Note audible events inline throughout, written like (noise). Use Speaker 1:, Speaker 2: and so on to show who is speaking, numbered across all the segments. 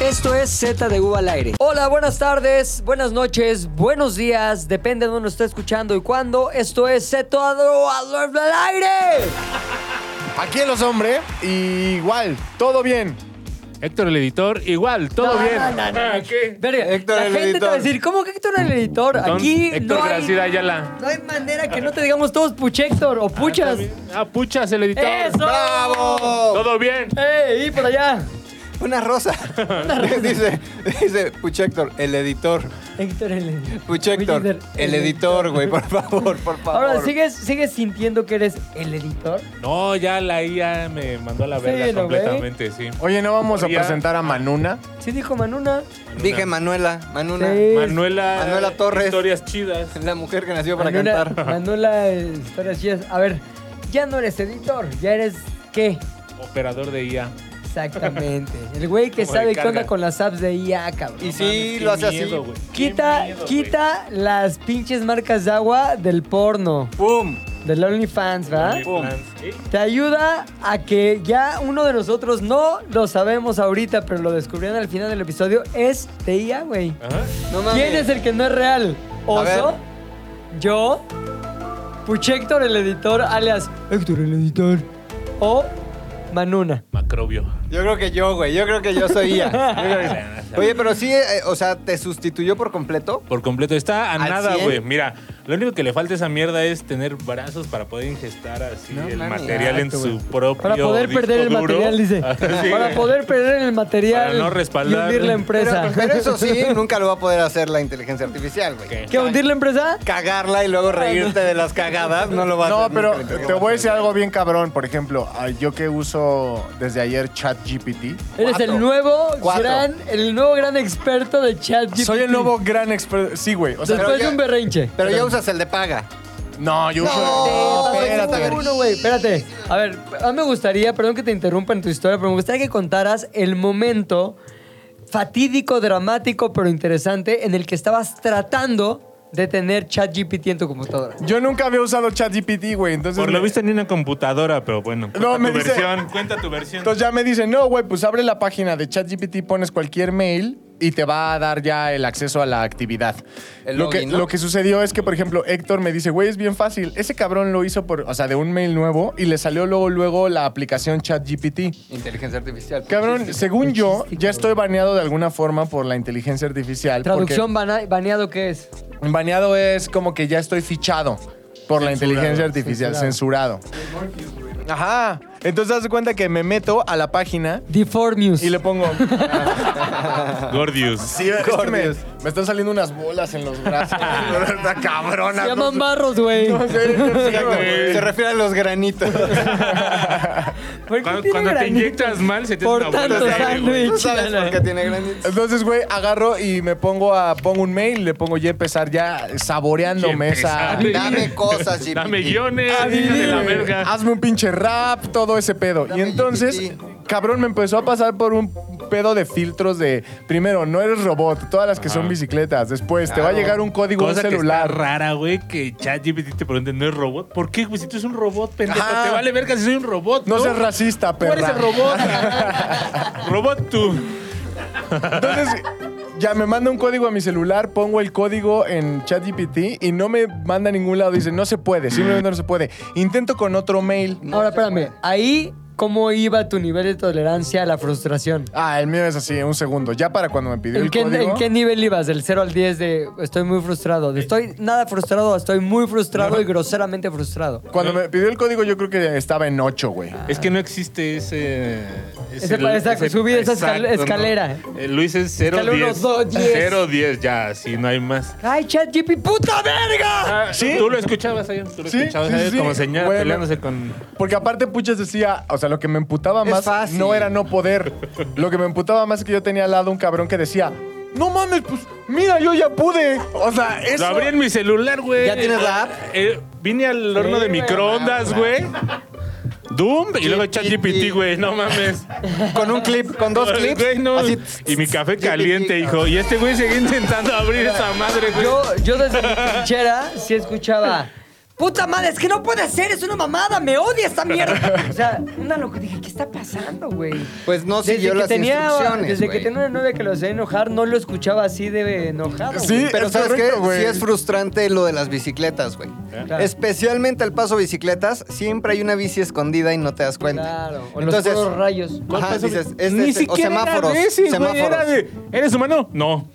Speaker 1: Esto es Z de U al aire. Hola, buenas tardes, buenas noches, buenos días, depende de dónde esté escuchando y cuándo. Esto es Z de U al al aire.
Speaker 2: Aquí en Los Hombres, y igual, todo bien.
Speaker 3: Héctor el editor, igual, todo
Speaker 1: No,
Speaker 3: bien.
Speaker 1: no, no, no.
Speaker 3: Ah, ¿qué?
Speaker 1: Verga,
Speaker 2: Héctor,
Speaker 1: la
Speaker 2: el
Speaker 1: gente te va a
Speaker 2: editor.
Speaker 1: decir, ¿cómo que Héctor el editor?
Speaker 3: Don
Speaker 1: Aquí
Speaker 3: Héctor
Speaker 1: no hay,
Speaker 3: Gracida Ayala.
Speaker 1: no hay manera que no te digamos todos Puchector o Puchas.
Speaker 3: Ah, Puchas el editor.
Speaker 1: ¡Eso!
Speaker 2: ¡Bravo!
Speaker 3: Todo bien.
Speaker 1: ¡Ey, y por allá!
Speaker 2: Una rosa.
Speaker 4: (laughs)
Speaker 2: dice, dice Puchector, el editor.
Speaker 1: Héctor el editor.
Speaker 2: Puchector,
Speaker 1: Puchector,
Speaker 2: el editor, güey, por favor, por favor.
Speaker 1: Ahora, ¿sigues, ¿sigues sintiendo que eres el editor?
Speaker 3: No, ya la IA me mandó a la
Speaker 1: Sí,
Speaker 3: verga
Speaker 1: lo ve.
Speaker 3: completamente, sí.
Speaker 2: Oye, ¿no vamos a
Speaker 3: Oye.
Speaker 2: presentar a Manuna?
Speaker 1: Sí, dijo Manuna.
Speaker 4: Dije Manuela, Manuna.
Speaker 1: Sí.
Speaker 3: Manuela,
Speaker 4: Manuela Torres.
Speaker 3: Historias chidas.
Speaker 4: La mujer que nació para
Speaker 1: Manuela-
Speaker 4: cantar.
Speaker 1: Manuela, eh, historias chidas. A ver, ya no eres editor, ya eres qué
Speaker 3: Operador de IA.
Speaker 1: exactamente. El güey que
Speaker 3: Como de
Speaker 1: sabe qué
Speaker 3: carga.
Speaker 1: onda con las apps de IA, cabrón.
Speaker 4: Y
Speaker 3: No
Speaker 4: sí,
Speaker 3: mames, qué
Speaker 4: lo hace
Speaker 3: miedo,
Speaker 4: así.
Speaker 3: güey. Qué
Speaker 1: Quita,
Speaker 3: miedo, güey.
Speaker 1: quita las pinches marcas de agua del porno,
Speaker 4: ¡Pum!
Speaker 1: del OnlyFans, ¿verdad?
Speaker 3: Qué
Speaker 4: Pum.
Speaker 3: plans, ¿eh?
Speaker 1: Te ayuda a que ya uno de nosotros no lo sabemos ahorita, pero lo descubrieron al final del episodio, es de IA, güey.
Speaker 3: Ajá.
Speaker 4: No mames.
Speaker 1: ¿Quién es el que no es real?
Speaker 4: A ver.
Speaker 1: ¿Oso? ¿Yo? ¿Puchector el editor, alias Héctor el editor? ¿O Manuna?
Speaker 3: Macrobio.
Speaker 4: Yo creo que yo, güey. Yo creo que yo
Speaker 1: (laughs)
Speaker 4: soy ella. Oye, pero sí, eh, o sea, ¿te sustituyó por completo?
Speaker 3: Por completo, está a
Speaker 4: ¿Al
Speaker 3: nada,
Speaker 4: cien?
Speaker 3: güey. Mira, lo único que le falta a esa mierda es tener brazos para poder ingestar así
Speaker 4: No
Speaker 3: el
Speaker 4: mames.
Speaker 3: material en
Speaker 1: Exacto,
Speaker 3: su propio.
Speaker 1: Para poder
Speaker 3: disco
Speaker 1: perder el
Speaker 3: duro.
Speaker 1: material,
Speaker 3: (laughs)
Speaker 1: dice.
Speaker 3: Así,
Speaker 1: Para
Speaker 3: güey.
Speaker 1: poder perder el material
Speaker 3: Para no
Speaker 1: y
Speaker 3: respaldar.
Speaker 1: hundir la empresa.
Speaker 4: Pero, pero
Speaker 1: (laughs)
Speaker 4: eso sí, nunca lo va a poder hacer la inteligencia artificial, güey.
Speaker 3: ¿Qué?
Speaker 1: ¿Qué, hundir la empresa?
Speaker 4: Cagarla y luego reírte de las cagadas, no lo va a
Speaker 2: No,
Speaker 4: hacer.
Speaker 2: pero
Speaker 4: nunca la
Speaker 2: te
Speaker 4: inteligencia
Speaker 2: voy a decir
Speaker 4: artificial.
Speaker 2: algo bien cabrón. Por ejemplo, ah, yo que uso desde ayer ChatGPT.
Speaker 1: Eres el
Speaker 4: Cuatro.
Speaker 1: nuevo
Speaker 4: Cuatro.
Speaker 1: gran, el nuevo gran experto de ChatGPT.
Speaker 2: Soy el nuevo gran experto. Sí, güey. O sea,
Speaker 1: Después
Speaker 4: pero
Speaker 1: de
Speaker 4: ya-
Speaker 1: un berrinche.
Speaker 4: Pero ya usas el de paga.
Speaker 2: no, yo uso.
Speaker 4: No,
Speaker 1: Sí, está
Speaker 4: espérate.
Speaker 1: bien, está uno, güey. Espérate. A ver, a mí me gustaría, perdón que te interrumpa en tu historia, pero me gustaría que contaras el momento fatídico, dramático, pero interesante en el que estabas tratando de tener ChatGPT en tu computadora.
Speaker 2: Yo nunca había usado ChatGPT, güey. Entonces,
Speaker 3: Por lo
Speaker 2: me-
Speaker 3: visto ni una computadora, pero bueno. Cuenta
Speaker 2: No, me
Speaker 3: tu
Speaker 2: dice-
Speaker 3: versión, cuenta tu versión.
Speaker 2: Entonces ya me dicen, no, güey, pues abre la página de ChatGPT, pones cualquier mail y te va a dar ya el acceso a la actividad.
Speaker 4: El
Speaker 2: lo,
Speaker 4: login,
Speaker 2: que,
Speaker 4: ¿no?
Speaker 2: lo que sucedió es que, por ejemplo, Héctor me dice, güey, es bien fácil. Ese cabrón lo hizo por, o sea, de un mail nuevo y le salió luego, luego la aplicación ChatGPT.
Speaker 4: Inteligencia artificial.
Speaker 2: Cabrón, según yo,
Speaker 1: Muchísimo.
Speaker 2: ya estoy baneado de alguna forma por la inteligencia artificial. porque-
Speaker 1: Traducción bana- baneado, ¿qué es?
Speaker 2: Baneado es como que ya estoy fichado por la inteligencia artificial, censurado. Ajá. Entonces, haz de cuenta que me meto a la página
Speaker 1: Deformius.
Speaker 2: y le pongo.
Speaker 3: Gordius.
Speaker 2: Sí, es que me, me están saliendo unas bolas en los brazos. Está cabrona.
Speaker 1: Se llaman
Speaker 2: no sé.
Speaker 1: barros, güey.
Speaker 2: No sé,
Speaker 4: Exacto,
Speaker 3: güey.
Speaker 4: Se refiere a los granitos.
Speaker 1: ¿Por qué
Speaker 3: Cuando,
Speaker 1: tiene
Speaker 3: cuando te
Speaker 1: granito?
Speaker 3: inyectas mal, se te
Speaker 1: Por
Speaker 3: hace una bola
Speaker 1: tanto
Speaker 3: de aire, güey.
Speaker 4: ¿Tú sabes por qué tiene granitos?
Speaker 2: Entonces, güey, agarro y me pongo a pongo un mail, le pongo ya empezar ya saboreándome esa.
Speaker 3: Empezar.
Speaker 4: Dame cosas, GPT.
Speaker 3: Dame guiones,
Speaker 2: Ah,
Speaker 3: hija de la
Speaker 2: sí,
Speaker 3: verga.
Speaker 2: Hazme un pinche rap, todo ese pedo.
Speaker 4: Dame
Speaker 2: y entonces,
Speaker 4: GPT.
Speaker 2: cabrón, me empezó a pasar por un pedo de filtros de, primero, no eres robot, todas las que son bicicletas. Después, te va a
Speaker 4: Claro.
Speaker 2: llegar un código a un
Speaker 3: Cosa que está
Speaker 2: celular.
Speaker 3: rara, güey, que ChatGPT te pregunte, ¿no es robot? ¿Por qué, güey? Si tú eres un robot, pendejo.
Speaker 2: Ajá.
Speaker 3: Te vale verga si soy un robot,
Speaker 2: No
Speaker 3: ¿no?
Speaker 2: seas racista,
Speaker 3: Tú
Speaker 2: perra.
Speaker 3: eres el robot.
Speaker 2: (laughs)
Speaker 4: (laughs)
Speaker 3: robot tú.
Speaker 2: Entonces, ya me manda un código a mi celular, pongo el código en ChatGPT y no me manda a ningún lado. Dice, no se puede, simplemente no se puede. Intento con otro mail.
Speaker 1: Ahora, espérame. Ahí, ¿cómo iba tu nivel de tolerancia a la frustración?
Speaker 2: Ah, el mío es así, un segundo. Ya para cuando me pidió
Speaker 1: ¿En
Speaker 2: el
Speaker 1: qué,
Speaker 2: código.
Speaker 1: en qué nivel ibas? Del 0 al 10 de estoy muy frustrado. De estoy nada frustrado, a estoy muy frustrado y groseramente frustrado.
Speaker 2: Cuando me pidió el código, yo creo que estaba en 8, güey.
Speaker 3: Es que no existe ese...
Speaker 1: Ese pa- exacto, subir esa escal-
Speaker 3: exacto, no.
Speaker 1: escalera.
Speaker 3: Eh, Luis es 0
Speaker 1: Escala uno,
Speaker 3: 10.
Speaker 1: dos, diez.
Speaker 3: 0 10 ya, así no hay más.
Speaker 1: ¡Ay, ChatGPT, puta verga!
Speaker 3: Ah,
Speaker 2: ¿Sí?
Speaker 3: Tú lo escuchabas ayer, tú lo
Speaker 2: Sí,
Speaker 3: escuchabas
Speaker 2: sí,
Speaker 3: ayer
Speaker 2: sí.
Speaker 3: como señora
Speaker 2: Bueno.
Speaker 3: peleándose con...
Speaker 2: Porque aparte Puchas decía, o sea, lo que me emputaba
Speaker 4: Es
Speaker 2: más
Speaker 4: fácil.
Speaker 2: no era no poder. Lo que me emputaba más es que yo tenía al lado un cabrón que decía, no mames, pues mira, yo ya pude. O sea, eso...
Speaker 3: Lo abrí en mi celular, güey.
Speaker 4: ¿Ya tienes la app? Ah,
Speaker 3: Eh, vine al horno de
Speaker 1: güey,
Speaker 3: microondas, güey. Doom y luego ChatGPT, güey, no mames.
Speaker 4: Con un clip, con dos clips.
Speaker 3: Güey, no.
Speaker 4: así,
Speaker 3: Y mi café
Speaker 4: GPT,
Speaker 3: caliente, hijo. Y este güey seguía intentando abrir esa madre, güey.
Speaker 1: Yo, yo desde mi trinchera sí escuchaba. Puta madre, es que no puede ser, es una mamada, me odia esta mierda. O sea, una loca, dije, ¿qué está pasando, güey?
Speaker 4: Pues no siguió las instrucciones,
Speaker 1: Desde
Speaker 4: güey.
Speaker 1: que tenía una novia que lo hacía enojar, no lo escuchaba así de enojado.
Speaker 2: Sí,
Speaker 1: güey.
Speaker 4: Pero
Speaker 2: Es
Speaker 4: ¿sabes
Speaker 2: correcto,
Speaker 4: qué?
Speaker 2: güey.
Speaker 4: Sí es frustrante lo de las bicicletas, güey.
Speaker 1: Claro.
Speaker 4: Especialmente al paso bicicletas, siempre hay una bici escondida y no te das cuenta.
Speaker 1: Claro, o
Speaker 4: Entonces,
Speaker 1: los puros rayos.
Speaker 4: Ajá,
Speaker 3: ¿Cuál paso
Speaker 4: dices, este
Speaker 3: bici-
Speaker 4: es de-
Speaker 3: Ni
Speaker 4: o
Speaker 3: siquiera
Speaker 4: semáforos,
Speaker 3: era de ese, güey.
Speaker 4: semáforos.
Speaker 3: Era de, ¿eres humano? No.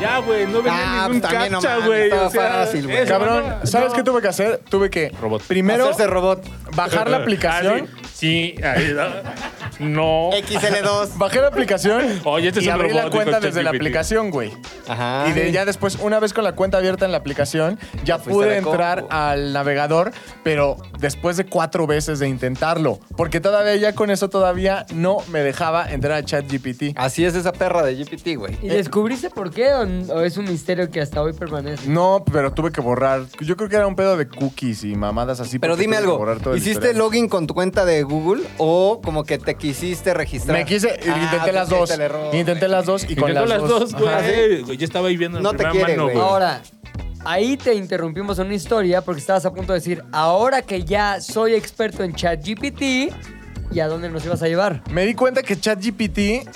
Speaker 3: Ya, güey, no venía
Speaker 4: Ah,
Speaker 3: ningún
Speaker 4: también no
Speaker 3: captcha,
Speaker 4: mames,
Speaker 3: güey.
Speaker 4: estaba
Speaker 3: o sea,
Speaker 4: fácil, güey.
Speaker 3: ese
Speaker 2: Cabrón,
Speaker 3: humano-
Speaker 2: ¿sabes
Speaker 3: no.
Speaker 2: qué tuve que hacer? Tuve que
Speaker 3: Robot.
Speaker 2: primero
Speaker 4: Hacerse robot.
Speaker 2: bajar la aplicación.
Speaker 3: (laughs) Ah, sí, sí, ahí, ah, no. (laughs)
Speaker 4: XL2.
Speaker 2: Bajé la aplicación
Speaker 3: Oye, este es
Speaker 2: y
Speaker 3: un
Speaker 2: abrí la
Speaker 3: robot,
Speaker 2: cuenta
Speaker 3: dijo
Speaker 2: desde la
Speaker 3: ChatGPT.
Speaker 2: aplicación, güey.
Speaker 4: Ajá.
Speaker 2: Y de ya después, una vez con la cuenta abierta en la aplicación, ya
Speaker 4: fuiste
Speaker 2: pude
Speaker 4: a la compu.
Speaker 2: entrar al navegador, pero después de cuatro veces de intentarlo, porque todavía ya con eso todavía no me dejaba entrar a ChatGPT.
Speaker 4: Así es esa perra de GPT, güey.
Speaker 1: ¿Y descubriste por qué o, o es un misterio que hasta hoy permanece?
Speaker 2: No, pero tuve que borrar. Yo creo que era un pedo de cookies y mamadas así.
Speaker 4: Pero
Speaker 2: porque
Speaker 4: dime
Speaker 2: tuve que
Speaker 4: algo,
Speaker 2: borrar todo el
Speaker 4: ¿hiciste
Speaker 2: historial.
Speaker 4: login con tu cuenta de Google o como que te quisiste registrar?
Speaker 2: Me quise,
Speaker 4: Ah,
Speaker 2: intenté las
Speaker 4: pues ahí
Speaker 2: dos.
Speaker 4: está el error,
Speaker 2: intenté
Speaker 4: güey.
Speaker 2: las dos y
Speaker 3: Y
Speaker 2: con las, dos.
Speaker 3: güey.
Speaker 2: Ajá.
Speaker 3: Ay, Yo estaba ahí viendo en
Speaker 4: No te
Speaker 3: primera
Speaker 4: quiere,
Speaker 3: mano,
Speaker 4: güey.
Speaker 3: güey.
Speaker 1: Ahora, ahí te interrumpimos en una historia porque estabas a punto de decir, ahora que ya soy experto en ChatGPT, ¿y a dónde nos ibas a llevar?
Speaker 2: Me di cuenta que ChatGPT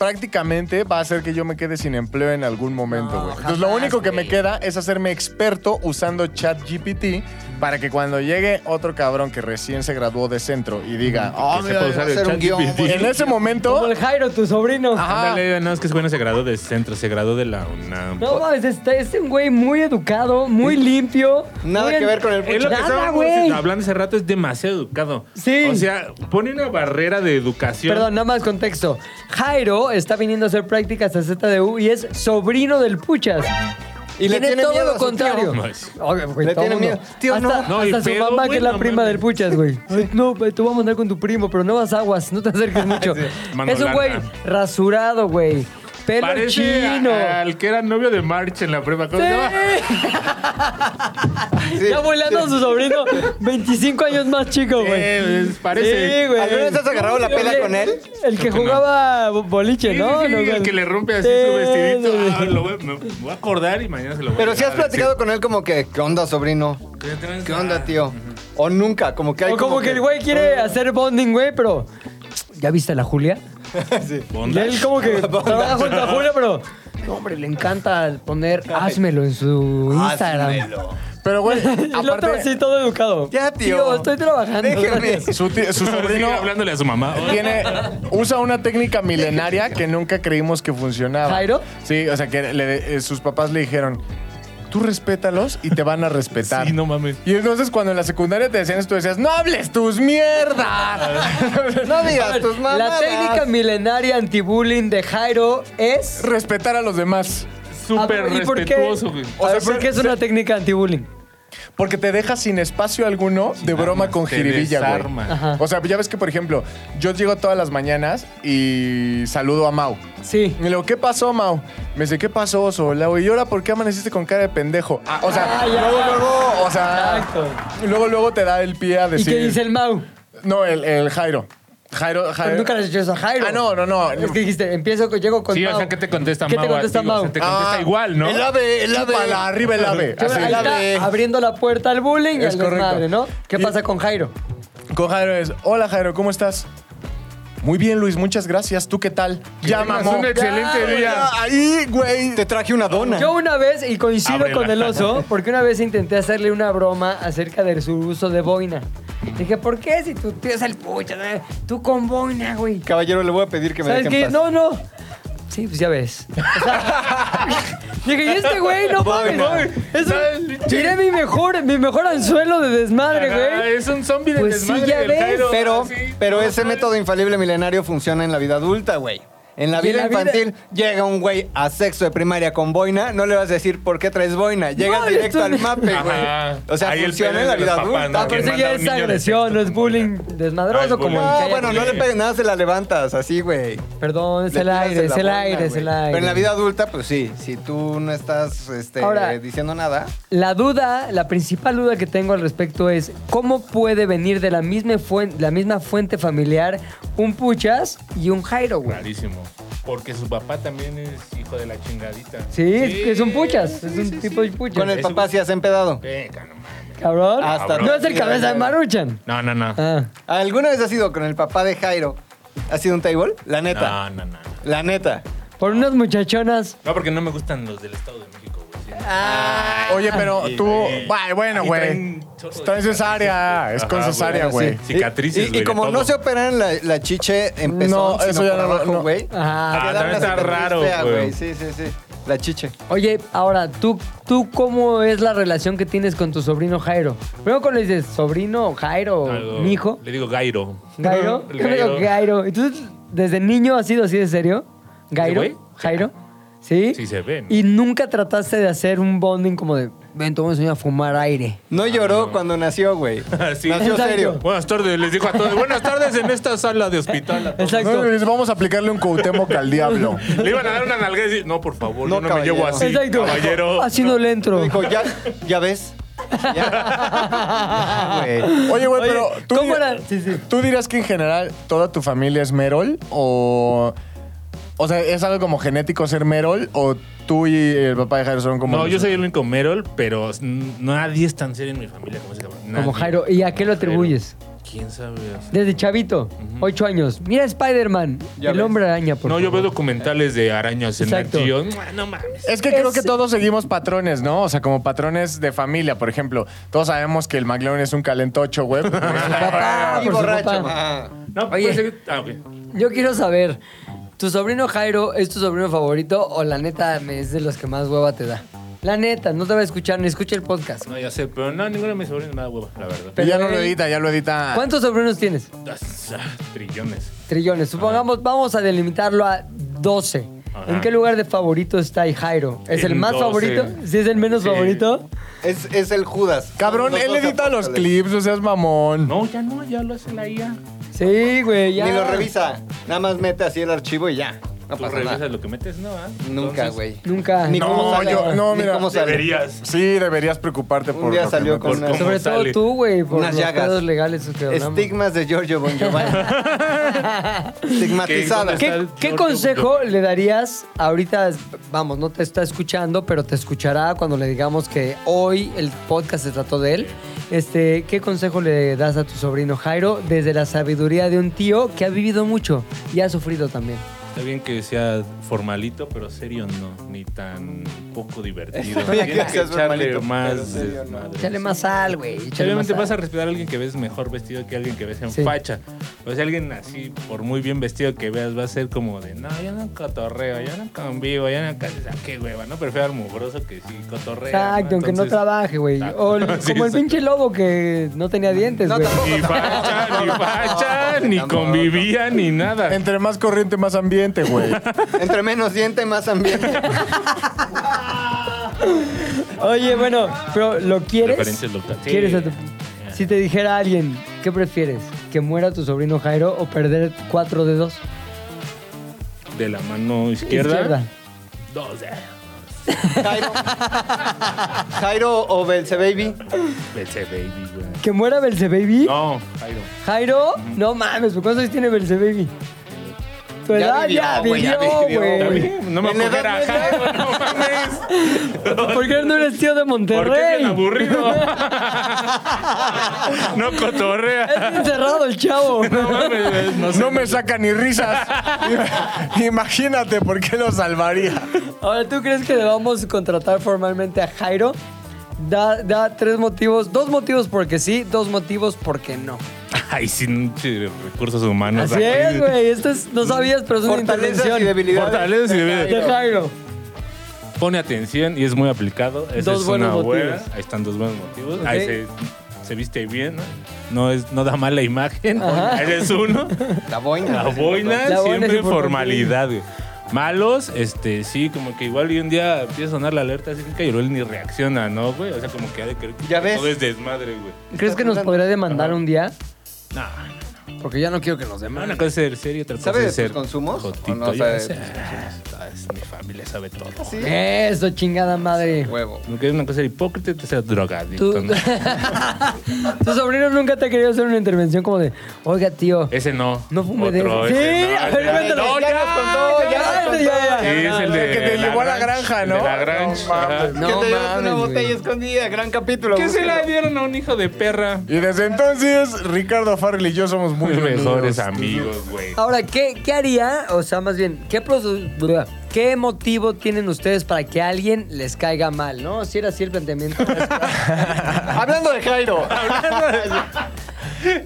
Speaker 2: prácticamente va a hacer que yo me quede sin empleo en algún momento,
Speaker 1: No,
Speaker 2: güey. Entonces lo
Speaker 1: jamás,
Speaker 2: único que
Speaker 1: güey.
Speaker 2: me queda es hacerme experto usando ChatGPT para que cuando llegue otro cabrón que recién se graduó de centro y diga, "Ah,
Speaker 3: Que
Speaker 2: mira,
Speaker 3: sepa usar
Speaker 4: va a
Speaker 3: el
Speaker 4: ser un
Speaker 3: chat
Speaker 4: guión,
Speaker 3: GPT.
Speaker 4: güey.
Speaker 2: en ese
Speaker 1: Como
Speaker 2: momento
Speaker 1: el Jairo, tu sobrino.
Speaker 2: Ajá.
Speaker 3: Ándale, no, es que es bueno, se graduó de centro, se graduó de la UNAM.
Speaker 1: No mames, este es un güey muy educado, muy limpio.
Speaker 4: Nada
Speaker 1: muy
Speaker 4: que ver con el
Speaker 3: Es lo que
Speaker 1: Nada,
Speaker 3: estábamos
Speaker 1: güey.
Speaker 3: hablando hace rato, es demasiado educado.
Speaker 1: Sí.
Speaker 3: O sea, pone una barrera de educación.
Speaker 1: Perdón, nada más contexto. Jairo está viniendo a hacer prácticas a ZDU y es sobrino del Puchas.
Speaker 4: Y le
Speaker 1: tiene,
Speaker 4: tiene
Speaker 1: todo
Speaker 4: miedo
Speaker 1: lo
Speaker 4: a su tío.
Speaker 1: contrario.
Speaker 3: No es-
Speaker 1: Oye, Oh, güey,
Speaker 4: Le
Speaker 1: todo
Speaker 4: tiene
Speaker 1: mundo.
Speaker 4: miedo. Tío,
Speaker 1: hasta,
Speaker 4: no.
Speaker 3: No, y
Speaker 1: hasta su
Speaker 3: pedo,
Speaker 1: mamá,
Speaker 3: güey,
Speaker 1: que es la
Speaker 3: no
Speaker 1: prima
Speaker 3: mames.
Speaker 1: del Puchas, güey. (laughs) Ay, No, güey, tú vas a andar con tu primo, pero no vas aguas, no te acerques
Speaker 3: (laughs)
Speaker 1: mucho.
Speaker 3: Mano
Speaker 1: es un güey
Speaker 3: larga.
Speaker 1: rasurado, güey. Pelo
Speaker 3: Parece a-
Speaker 1: chino.
Speaker 3: al que era novio de March en la prueba. ¿Cómo se llama?
Speaker 4: (laughs) Sí,
Speaker 1: ya volando a
Speaker 4: sí.
Speaker 1: su sobrino, 25 años más chico, güey.
Speaker 3: Eh, pues, parece.
Speaker 1: Sí, güey.
Speaker 4: ¿Alguna vez has agarrado la pela
Speaker 1: Oye,
Speaker 4: con él?
Speaker 1: El que
Speaker 3: Creo que no.
Speaker 1: jugaba bo- boliche,
Speaker 3: Sí,
Speaker 1: ¿no?
Speaker 3: sí,
Speaker 1: No,
Speaker 3: el
Speaker 1: güey.
Speaker 3: que le rompe así
Speaker 1: Sí,
Speaker 3: su vestidito.
Speaker 1: sí.
Speaker 3: Ah, lo voy, me voy a acordar y mañana se lo voy a
Speaker 4: Pero
Speaker 2: Ah,
Speaker 4: si has
Speaker 3: llevar a decir.
Speaker 4: platicado con él como que, ¿qué onda, sobrino? ¿Qué onda, tío? O nunca, como que hay
Speaker 1: O como que el güey quiere hacer bonding, güey, pero. ¿Ya viste a la Julia?
Speaker 4: (laughs) Sí.
Speaker 1: Y
Speaker 3: Bondage.
Speaker 1: él como que trabaja junto a Julia, pero. No, hombre, le encanta poner házmelo en su Instagram.
Speaker 4: Házmelo.
Speaker 2: Pero, güey,
Speaker 1: El otro así
Speaker 2: aparte,
Speaker 1: todo educado.
Speaker 4: Ya, tío.
Speaker 1: estoy trabajando.
Speaker 4: Déjeme.
Speaker 1: gracias.
Speaker 2: su, ti- su
Speaker 3: Sigue
Speaker 2: sobrino
Speaker 3: hablándole a su mamá.
Speaker 2: tiene, usa una técnica milenaria que nunca creímos que funcionaba.
Speaker 1: ¿Jairo?
Speaker 2: Sí, o sea, que le- eh, sus papás le dijeron, tú respétalos y te van a respetar.
Speaker 3: Sí, no mames.
Speaker 2: Y entonces cuando en la secundaria te decían esto, decías, no hables tus
Speaker 3: (laughs)
Speaker 2: mierdas.
Speaker 4: (laughs) No
Speaker 1: A
Speaker 4: digas
Speaker 1: ver,
Speaker 4: tus
Speaker 1: La
Speaker 4: mamadas.
Speaker 1: técnica milenaria anti-bullying de Jairo es.
Speaker 2: Respetar a los demás.
Speaker 3: Súper
Speaker 1: A ver, ¿y por qué?
Speaker 3: respetuoso, güey.
Speaker 1: A
Speaker 2: O sea,
Speaker 1: ver, ¿por
Speaker 2: se-
Speaker 1: qué es una técnica anti-bullying?
Speaker 2: Porque te deja sin espacio alguno de
Speaker 3: armas,
Speaker 2: broma con
Speaker 3: te
Speaker 2: jiribilla, güey.
Speaker 3: desarma.
Speaker 1: Ajá.
Speaker 2: O sea, ya ves que, por ejemplo, yo llego todas las mañanas y saludo a Mau.
Speaker 1: Sí.
Speaker 2: Y le digo, ¿qué pasó, Mau? Me dice, ¿qué pasó, oso? Le digo, ¿y ahora por qué amaneciste con cara de pendejo? Ah, o sea,
Speaker 1: Ah, ya.
Speaker 2: luego, luego, o sea,
Speaker 1: Exacto.
Speaker 2: luego, luego te da el pie a
Speaker 1: ¿Y
Speaker 2: decir...
Speaker 1: qué dice el Mau?
Speaker 2: No, el, el Jairo. Jairo, Jairo.
Speaker 1: Pero nunca le has hecho eso a Jairo.
Speaker 2: Ah, no, no, no.
Speaker 1: Es que dijiste, empiezo, con- llego con
Speaker 3: Sí,
Speaker 1: Mau.
Speaker 3: o sea, ¿qué te contesta
Speaker 1: ¿Qué
Speaker 3: Mau?
Speaker 1: te contesta
Speaker 3: a ti? O sea,
Speaker 1: Mau?
Speaker 3: te contesta
Speaker 2: Ah,
Speaker 3: igual, ¿no?
Speaker 4: El ave, el ave.
Speaker 2: Para arriba el ave.
Speaker 1: Yo,
Speaker 2: así.
Speaker 1: ahí está, abriendo la puerta al bullying y
Speaker 2: Ah, Es
Speaker 1: al
Speaker 2: correcto.
Speaker 1: desmadre, ¿no? ¿Qué
Speaker 2: Y-
Speaker 1: pasa con Jairo?
Speaker 2: Con Jairo es, hola Jairo, ¿cómo estás? Muy bien, Luis, muchas gracias. ¿Tú qué tal? Ya,
Speaker 3: tengas
Speaker 2: mamó.
Speaker 3: un excelente
Speaker 2: Ya,
Speaker 3: día.
Speaker 2: Ahí, güey.
Speaker 4: Te traje una dona.
Speaker 1: Yo una vez, y coincido
Speaker 3: Ábrela.
Speaker 1: con el
Speaker 3: (laughs)
Speaker 1: oso, porque una vez intenté hacerle una broma acerca de su uso de boina. Dije, ¿por qué si tu tío es el pucha? eh? Tú con boina, güey.
Speaker 4: Caballero, le voy a pedir que me
Speaker 1: ¿Sabes
Speaker 4: deje en
Speaker 1: qué?
Speaker 4: paz.
Speaker 1: No, no. Sí, pues ya
Speaker 4: (laughs)
Speaker 1: ves. O sea, dije, ¿y este güey? No mames.
Speaker 4: Boina.
Speaker 1: güey. Es un- tiré mi mejor, mi mejor anzuelo de desmadre,
Speaker 3: Ajá,
Speaker 1: güey.
Speaker 3: Es un zombie de
Speaker 1: Pues sí,
Speaker 3: desmadre
Speaker 1: ya
Speaker 3: del
Speaker 1: ves.
Speaker 3: Jairo. Ah,
Speaker 4: Pero,
Speaker 3: Sí.
Speaker 4: pero ese método infalible milenario funciona en la vida adulta, güey. En la
Speaker 1: Y en
Speaker 4: vida
Speaker 1: la vida-
Speaker 4: infantil llega un güey a sexto de primaria con boina, no le vas a decir por qué traes boina, llegas
Speaker 1: No, esto-
Speaker 4: directo al mape,
Speaker 3: Ajá.
Speaker 4: güey. O sea,
Speaker 3: Ahí el
Speaker 4: funciona
Speaker 3: pedo
Speaker 4: en la
Speaker 3: es de
Speaker 4: vida
Speaker 3: los papás,
Speaker 4: adulta. pues
Speaker 1: Ah, pero
Speaker 3: ¿no? que
Speaker 1: eso
Speaker 3: manda
Speaker 1: ya
Speaker 3: a un
Speaker 1: es
Speaker 3: niño de
Speaker 1: agresión,
Speaker 3: sexto
Speaker 1: no es
Speaker 3: con
Speaker 1: bullying
Speaker 3: Ah,
Speaker 1: desmadroso
Speaker 3: es
Speaker 1: como
Speaker 3: bullying.
Speaker 1: el que
Speaker 4: No,
Speaker 1: hay
Speaker 4: Ah, bueno, no
Speaker 1: aquí.
Speaker 4: le pegues nada, se la levantas, así, güey.
Speaker 1: Perdón, es
Speaker 4: Le
Speaker 1: el
Speaker 4: tiras en
Speaker 1: aire,
Speaker 4: la
Speaker 1: es el
Speaker 4: boina,
Speaker 1: aire, es
Speaker 4: güey.
Speaker 1: el aire.
Speaker 4: Pero en la vida adulta, pues sí, si tú no estás este,
Speaker 1: Ahora-
Speaker 4: diciendo nada,
Speaker 1: La duda, la principal duda que tengo al respecto es cómo puede venir de la misma fuente, la misma fuente familiar un Puchas y un Jairo, güey.
Speaker 3: Rarísimo. Porque su papá también es hijo de la chingadita.
Speaker 1: Sí, es- es un Puchas, es un tipo de Puchas.
Speaker 4: con el
Speaker 3: Eso-
Speaker 4: papá sí has empedado.
Speaker 3: Venga, no mames.
Speaker 1: Cabrón.
Speaker 4: Hasta
Speaker 1: no es el
Speaker 4: aquí,
Speaker 1: cabeza de
Speaker 4: güey.
Speaker 1: Maruchan.
Speaker 3: No, no, no.
Speaker 1: Ah.
Speaker 4: ¿Alguna vez has ido con el papá de Jairo? ¿Has sido un table? La neta.
Speaker 3: No, no, no.
Speaker 4: La neta.
Speaker 1: Por unas muchachonas.
Speaker 3: No, porque no me gustan los del Estado de México, güey. Sí,
Speaker 1: Ah.
Speaker 3: no.
Speaker 2: Oye, pero
Speaker 3: sí,
Speaker 2: tú.
Speaker 3: güey.
Speaker 2: Bah, Bueno,
Speaker 3: Ahí
Speaker 2: güey.
Speaker 3: traen chorro
Speaker 2: Está en
Speaker 3: de
Speaker 2: cesárea. Es con
Speaker 3: Ajá,
Speaker 2: cesárea,
Speaker 4: güey,
Speaker 2: güey.
Speaker 4: sí.
Speaker 3: Cicatrices,
Speaker 4: Y- Y,
Speaker 3: güey, de
Speaker 4: como no
Speaker 3: todo.
Speaker 4: se operan la, la chiche en pezón,
Speaker 2: No,
Speaker 4: sino
Speaker 2: eso ya
Speaker 4: por
Speaker 2: no lo-
Speaker 4: abajo,
Speaker 2: no.
Speaker 4: güey.
Speaker 1: Ajá.
Speaker 4: te
Speaker 3: Ah,
Speaker 4: da
Speaker 3: también
Speaker 4: una
Speaker 3: está
Speaker 4: cicatriz
Speaker 3: raro,
Speaker 4: fea,
Speaker 3: güey.
Speaker 4: Sí, sí, sí. La chiche.
Speaker 1: Oye, ahora, ¿tú, ¿tú cómo es la relación que tienes con tu sobrino Jairo? Primero cuando le dices, sobrino, Jairo,
Speaker 3: Algo-
Speaker 1: mi hijo.
Speaker 3: Le digo Gairo.
Speaker 1: ¿Gairo?
Speaker 3: (laughs) El
Speaker 1: ¿Qué pedo, Gairo? Entonces, ¿desde niño has sido así de serio? ¿Gairo?
Speaker 3: ¿Ese güey? (laughs)
Speaker 1: ¿Jairo? ¿Sí?
Speaker 3: Sí se ve, ¿no?
Speaker 1: ¿Y nunca trataste de hacer un bonding como de, ven, te voy a enseñar a fumar
Speaker 3: (laughs)
Speaker 1: aire?
Speaker 4: No lloró cuando nació, güey.
Speaker 3: Ah, Sí.
Speaker 4: Nació
Speaker 1: Exacto.
Speaker 4: serio.
Speaker 3: Buenas tardes, les digo a todos. Buenas tardes en esta sala de hospital. a todos.
Speaker 1: Exacto.
Speaker 2: No, les vamos a aplicarle un Cuauhtémoc al diablo.
Speaker 3: Le iban a dar una nalga y decir, no, por favor,
Speaker 4: No,
Speaker 3: yo no me llevo así,
Speaker 4: caballero.
Speaker 1: Exacto.
Speaker 3: caballero.
Speaker 1: Así no le
Speaker 3: (laughs)
Speaker 1: entro.
Speaker 4: Dijo, ya, ya ves. Ya. (laughs) Ya, güey.
Speaker 2: Oye, güey,
Speaker 1: Oye,
Speaker 2: pero. ¿tú
Speaker 1: ¿cómo
Speaker 2: dir-
Speaker 1: era? Sí, sí.
Speaker 2: ¿Tú dirás que en general toda tu familia es Merol? ¿O.? O sea, ¿es algo como genético ser Merol? ¿O tú y el papá de Jairo son como.?
Speaker 3: No, yo soy el único Merol, pero n- nadie es tan serio en mi familia como ese cabrón.
Speaker 1: Como
Speaker 3: Nadie.
Speaker 1: Jairo. ¿Y a qué lo
Speaker 3: Jairo.
Speaker 1: atribuyes?
Speaker 3: ¿Quién sabe?
Speaker 1: Desde chavito, ocho años. Mira Spider-Man,
Speaker 4: Ya
Speaker 1: el
Speaker 4: ves.
Speaker 1: hombre araña, por
Speaker 3: no, yo veo
Speaker 1: favor.
Speaker 3: documentales de arañas en
Speaker 1: Exacto.
Speaker 3: acción. Mua, No mames.
Speaker 2: Es que creo
Speaker 1: Es-
Speaker 2: que todos seguimos patrones, ¿no? O sea, como patrones de familia, por ejemplo. Todos sabemos que el McLaren es un calentocho, güey.
Speaker 1: (laughs)
Speaker 3: (laughs)
Speaker 1: Papá, por
Speaker 4: Y
Speaker 1: su
Speaker 4: borracho.
Speaker 1: papá.
Speaker 4: Ah.
Speaker 3: No,
Speaker 1: Oye.
Speaker 3: pues, ah, ok.
Speaker 1: Yo quiero saber, ¿tu sobrino Jairo es tu sobrino favorito o la neta me es de los que más hueva te da? La neta, no te va a escuchar ni escucha el podcast.
Speaker 3: No, ya sé, pero no, ninguno de mis sobrinos me da hueva, la verdad.
Speaker 1: Pero
Speaker 2: ya no
Speaker 1: él-
Speaker 2: lo edita, ya lo edita.
Speaker 1: ¿Cuántos sobrinos tienes?
Speaker 3: Ah, Trillones.
Speaker 1: Trillones. Supongamos, vamos a delimitarlo a 12.
Speaker 3: Ajá.
Speaker 1: ¿En qué lugar de favorito está ahí Jairo? ¿Es el
Speaker 3: En
Speaker 1: más
Speaker 3: 12.
Speaker 1: favorito? ¿Sí es el menos
Speaker 3: Sí.
Speaker 1: favorito?
Speaker 4: Es, es el Judas.
Speaker 2: Cabrón,
Speaker 4: Los
Speaker 2: él
Speaker 4: dos
Speaker 2: edita los
Speaker 4: apóstoles.
Speaker 2: clips, o sea, es mamón.
Speaker 3: No, ya no, ya lo hace la IA.
Speaker 1: Sí, güey, ya.
Speaker 4: Ni lo revisa. Nada más mete así el archivo y ya. No
Speaker 3: Tú
Speaker 4: pasa
Speaker 3: revisas
Speaker 4: nada.
Speaker 3: lo que metes, ¿no? ah?
Speaker 4: Nunca,
Speaker 3: Entonces,
Speaker 4: güey.
Speaker 1: Nunca.
Speaker 4: Ni
Speaker 2: No,
Speaker 4: cómo sale.
Speaker 2: yo- no,
Speaker 4: ni
Speaker 2: mira,
Speaker 4: cómo sale.
Speaker 3: Deberías.
Speaker 2: Sí, deberías preocuparte
Speaker 4: Un
Speaker 2: por.
Speaker 4: día
Speaker 2: lo que
Speaker 4: salió
Speaker 2: me-
Speaker 4: con
Speaker 2: por
Speaker 4: una-
Speaker 2: cómo-
Speaker 1: Sobre todo
Speaker 3: sale.
Speaker 1: tú, güey, por
Speaker 4: Unas
Speaker 1: los
Speaker 4: llagas.
Speaker 1: pedos legales que hablamos.
Speaker 4: Estigmas de Giorgio
Speaker 1: (laughs)
Speaker 4: Bon Giovanni. Estigmatizada.
Speaker 3: ¿Qué-
Speaker 1: ¿Qué, qué consejo le darías ahorita? Vamos, no te está escuchando, pero te escuchará cuando le digamos que hoy el podcast se trató de él. Este, ¿Qué consejo le das a tu sobrino Jairo desde la sabiduría de un tío que ha vivido mucho y ha sufrido también?
Speaker 3: Está bien que sea formalito, pero serio no, ni tan poco divertido.
Speaker 4: Está bien
Speaker 3: Tienes
Speaker 4: que
Speaker 3: que
Speaker 4: seas
Speaker 3: echarle
Speaker 4: formalito, pero
Speaker 3: más.
Speaker 4: serio no.
Speaker 3: desmadre.
Speaker 1: Échale más sal, güey. échale
Speaker 3: Obviamente
Speaker 1: más
Speaker 3: vas a
Speaker 1: sal.
Speaker 3: respetar a alguien que ves mejor vestido que alguien que ves en
Speaker 1: Sí.
Speaker 3: facha. O sea, alguien así, por muy bien vestido que veas, va a ser como de, no, yo no cotorreo, yo no convivo, yo no... Ah, qué hueva, ¿no? Prefiero al mugroso que sí cotorrea.
Speaker 1: Exacto, aunque no
Speaker 3: Entonces-
Speaker 1: trabaje, güey.
Speaker 3: Exacto.
Speaker 1: O el-
Speaker 3: (laughs) Sí,
Speaker 1: como el
Speaker 3: exacto.
Speaker 1: pinche lobo que no tenía dientes,
Speaker 4: No,
Speaker 1: güey.
Speaker 4: tampoco.
Speaker 3: Ni facha, ni facha,
Speaker 4: No,
Speaker 3: ni
Speaker 4: tampoco.
Speaker 3: convivía, ni nada.
Speaker 2: Entre más corriente, más ambiente, güey.
Speaker 3: (laughs)
Speaker 4: Entre menos diente, más ambiente.
Speaker 1: Oye, bueno, pero ¿lo quieres?
Speaker 3: Preferencias locales. Sí.
Speaker 1: ¿Quieres a tu- Si te dijera alguien, ¿qué prefieres? ¿Que muera tu sobrino Jairo o perder cuatro dedos?
Speaker 3: De la mano izquierda. Dos, eh,
Speaker 4: Jairo. Jairo o Belce Baby.
Speaker 3: ese baby, güey.
Speaker 1: ¿Que muera Belzebaby?
Speaker 3: No, Jairo.
Speaker 1: ¿Jairo? No mames, ¿cuántos años tiene Belzebaby? Tu edad ya
Speaker 4: vivió, güey, ya
Speaker 1: vivió,
Speaker 4: vivió,
Speaker 1: güey.
Speaker 4: güey.
Speaker 3: No me
Speaker 4: En la
Speaker 3: acuerdo a
Speaker 4: edad media.
Speaker 3: Jairo, no mames.
Speaker 1: ¿Por qué no eres tío de
Speaker 3: ¿Por qué es
Speaker 1: Monterrey? (laughs)
Speaker 3: bien aburrido? no cotorrea.
Speaker 1: Es encerrado el chavo.
Speaker 3: (laughs) No mames, no sé.
Speaker 2: No me saca ni risas. (laughs) Imagínate por qué lo salvaría.
Speaker 1: Ahora, ¿tú crees que debamos contratar formalmente a Jairo? Da, da tres motivos, dos motivos porque sí, dos motivos porque no.
Speaker 3: Ay, sin che, recursos humanos.
Speaker 1: Así
Speaker 3: Ay,
Speaker 1: es, güey. Esto es- no sabías, pero es una
Speaker 4: Fortalezas
Speaker 1: intervención.
Speaker 4: y debilidades.
Speaker 3: Fortalezas y debilidades.
Speaker 1: De Jairo.
Speaker 3: Pone atención y es muy aplicado. Esa
Speaker 1: Dos
Speaker 3: es
Speaker 1: buenos
Speaker 3: una buena.
Speaker 1: motivos.
Speaker 3: Ahí están dos buenos motivos.
Speaker 1: Ok.
Speaker 3: Ahí se, se viste bien, ¿no? No, es, no da mala imagen.
Speaker 1: Ajá.
Speaker 3: Eres uno.
Speaker 4: La
Speaker 3: La boina,
Speaker 4: boina.
Speaker 1: La boina es
Speaker 3: siempre
Speaker 1: importante.
Speaker 3: formalidad, güey. Malos, este, sí, como que igual y un día empieza a sonar la alerta sísmica y él ni reacciona, ¿no, güey? O sea, como que ha de creer que
Speaker 4: Ya ves.
Speaker 3: todo es desmadre, güey.
Speaker 1: ¿Crees que nos podría demandar un día?
Speaker 3: No,
Speaker 1: Porque ya no quiero que nos
Speaker 3: no,
Speaker 1: demanden.
Speaker 3: una cosa es ser serio, otra cosa
Speaker 4: ¿Sabe de
Speaker 3: es
Speaker 4: tus
Speaker 3: ser
Speaker 4: consumos? ¿O
Speaker 3: jotito,
Speaker 4: no
Speaker 3: ya
Speaker 4: sabe de
Speaker 3: sé. Ah, es mi fan. Bambi le sabe todo.
Speaker 4: Sí.
Speaker 1: Eso, chingada madre.
Speaker 4: Huevo.
Speaker 3: Lo que es una cosa de hipócrita te sea
Speaker 1: Tu,
Speaker 3: drogadicto. ¿no?
Speaker 1: (laughs) tu sobrino nunca te ha querido hacer una intervención como de, oiga, tío.
Speaker 3: Ese no.
Speaker 1: No fume de-
Speaker 3: ese
Speaker 1: Sí, a ver,
Speaker 3: ese
Speaker 1: cuéntalo. Ya
Speaker 3: no, Eh, ya,
Speaker 1: nos contó,
Speaker 3: ya,
Speaker 1: ya nos
Speaker 3: ya.
Speaker 1: contó.
Speaker 3: Sí, es el
Speaker 2: El
Speaker 3: de
Speaker 2: que te llevó a la
Speaker 3: Grange,
Speaker 2: granja, ¿no?
Speaker 3: de la Grange,
Speaker 2: No
Speaker 3: ajá.
Speaker 2: mames.
Speaker 1: No
Speaker 4: que te llevas una
Speaker 1: mames,
Speaker 4: botella
Speaker 1: güey.
Speaker 4: escondida, gran capítulo.
Speaker 3: ¿Qué se la
Speaker 4: búscalo.
Speaker 3: dieron a un hijo de perra?
Speaker 2: Y desde entonces, Ricardo Farrell y yo somos muy
Speaker 3: Muy mejores
Speaker 2: unidos.
Speaker 3: amigos, güey.
Speaker 1: Ahora, ¿qué, qué haría? O sea, más bien, ¿qué, produ- bla, ¿qué motivo tienen ustedes para que a alguien les caiga mal? ¿No? Si era así el planteamiento. (laughs)
Speaker 4: Hablando de Jairo.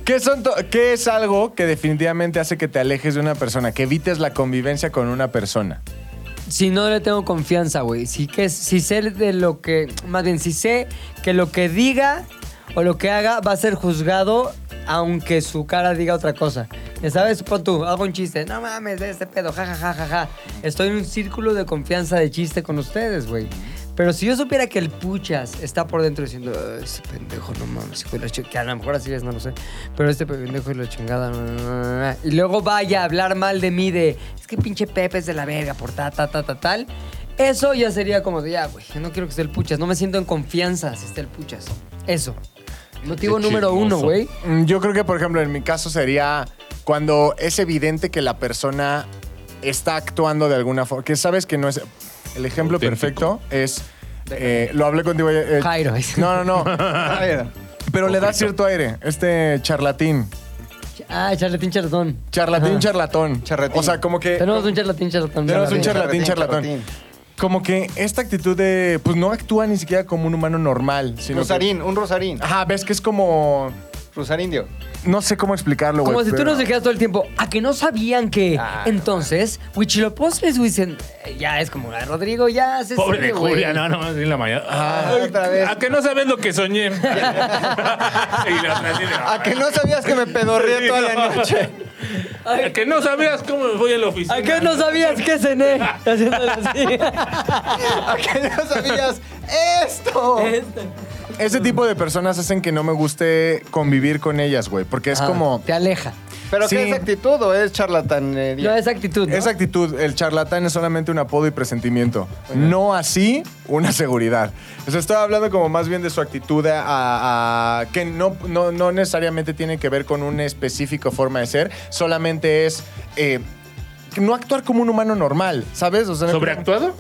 Speaker 2: ¿Qué, son to- qué es algo que definitivamente hace que te alejes de una persona? Que evites la convivencia con una persona.
Speaker 1: si no le tengo confianza, güey. Si, que, si sé de lo que. Más bien, si sé que lo que diga o lo que haga va a ser juzgado, aunque su cara diga otra cosa. Ya sabes, pon tú, hago un chiste. No mames, de este pedo, ja, ja, ja, ja, ja. Estoy en un círculo de confianza de chiste con ustedes, güey. Pero si yo supiera que el puchas está por dentro diciendo, "Ay, ese pendejo, no mames, hijo de la chingada, que a lo mejor así es, no lo sé, pero este pendejo es la chingada, no, no, no, no, no". y luego vaya a hablar mal de mí de, es que pinche Pepe es de la verga, por ta, ta, ta, ta, tal, eso ya sería como de, ya, güey, no quiero que esté el puchas, no me siento en confianza si está el puchas. Eso. Motivo
Speaker 3: Qué
Speaker 1: número uno,
Speaker 3: chismoso.
Speaker 1: güey.
Speaker 2: Mm, Yo creo que, por ejemplo, en mi caso sería cuando es evidente que la persona está actuando de alguna forma. Que sabes que no es. El ejemplo
Speaker 3: Auténtico.
Speaker 2: perfecto es. eh, lo hablé contigo ayer. eh,
Speaker 1: Jairo.
Speaker 2: No, no, (laughs) no.
Speaker 4: Jairo.
Speaker 2: Pero le da cierto aire. Este charlatín.
Speaker 1: Ah, charlatín, charlatón.
Speaker 2: Charlatín,
Speaker 1: Ajá.
Speaker 2: charlatón.
Speaker 4: Charlatín.
Speaker 2: O sea, como que.
Speaker 1: Tenemos un charlatín, charlatón.
Speaker 2: Tenemos un
Speaker 1: charlatán.
Speaker 2: charla- charlatín, charlatán. Como que esta actitud de. Pues no actúa ni siquiera como un humano normal. Sino que-
Speaker 4: Rosarín, un rosarín.
Speaker 3: Ah.
Speaker 2: Ajá, ves que es como.
Speaker 4: Rosarindio.
Speaker 2: No sé cómo explicarlo, güey.
Speaker 1: Como si tú
Speaker 2: pero-
Speaker 1: nos dijeras todo el tiempo, a que no sabían que. Entonces, Huichilopostles, dicen, eh, ya es como, "Ay, Rodrigo, ya se
Speaker 3: Pobre
Speaker 1: sale,
Speaker 3: de
Speaker 1: güey". Ah,
Speaker 3: Julia, no, no más en la mañana. Ay,
Speaker 4: otra vez.
Speaker 3: A que no sabes lo
Speaker 1: (laughs)
Speaker 3: que soñé. y la otra así de,
Speaker 4: A que no sabías que me pedorreé toda la
Speaker 3: (laughs)
Speaker 4: noche.
Speaker 3: A que no sabías cómo me voy a la oficina.
Speaker 1: ¿A qué no sabías que cené? Haciéndole así.
Speaker 4: A que no sabías esto.
Speaker 2: Ese tipo de personas hacen que no me guste convivir con ellas, güey. Porque es
Speaker 1: Ah,
Speaker 2: como.
Speaker 1: Te aleja.
Speaker 4: Pero
Speaker 2: Sí.
Speaker 4: ¿qué es actitud o es eh,
Speaker 1: No,
Speaker 4: charlatanería?
Speaker 1: esa actitud. ¿no?
Speaker 2: Esa actitud, el charlatán es solamente un apodo y presentimiento. No así una seguridad. O sea, estaba hablando como más bien de su actitud a, a- que no, no, no necesariamente tiene que ver con una específica forma de ser, solamente es eh, no actuar como un humano normal, ¿sabes? O sea,
Speaker 3: ¿Sobreactuado?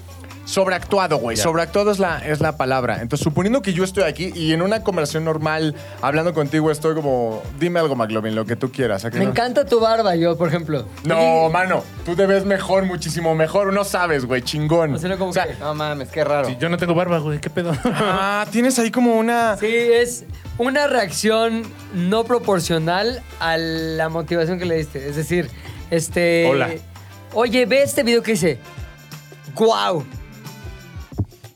Speaker 2: Sobreactuado, güey.
Speaker 3: Ya.
Speaker 2: Sobreactuado es la, es la palabra. Entonces, suponiendo que yo estoy aquí y en una conversación normal, hablando contigo, estoy como, dime algo, McLovin, lo que tú quieras. ¿a que
Speaker 1: Me
Speaker 2: no?
Speaker 1: encanta tu barba, yo, por ejemplo.
Speaker 2: No, mano, tú te ves mejor, muchísimo mejor. No sabes, güey, chingón.
Speaker 1: O sea, como que-
Speaker 4: No mames, qué raro.
Speaker 3: Si yo no tengo barba, güey, ¿qué pedo?
Speaker 1: (laughs)
Speaker 2: Ah, tienes ahí como una...
Speaker 1: Sí, es una reacción no proporcional a la motivación que le diste. Es decir, este.
Speaker 3: Hola.
Speaker 1: Oye, ve este video que hice. ¡Guau!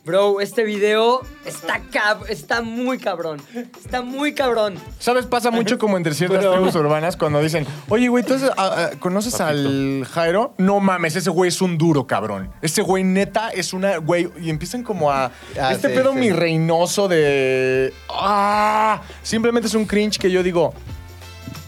Speaker 1: Bro, este video está cab- está muy cabrón. Está muy cabrón.
Speaker 2: ¿Sabes? Pasa mucho como entre ciertas tribus urbanas cuando dicen, oye, güey, ¿tú has- a- a- conoces al Jairo? No mames, ese güey es un duro, cabrón. Ese güey neta es una, güey, y empiezan como a...
Speaker 4: Ah,
Speaker 2: este
Speaker 4: sí,
Speaker 2: pedo
Speaker 4: sí.
Speaker 2: mi reinoso de... Ah, simplemente es un cringe que yo digo,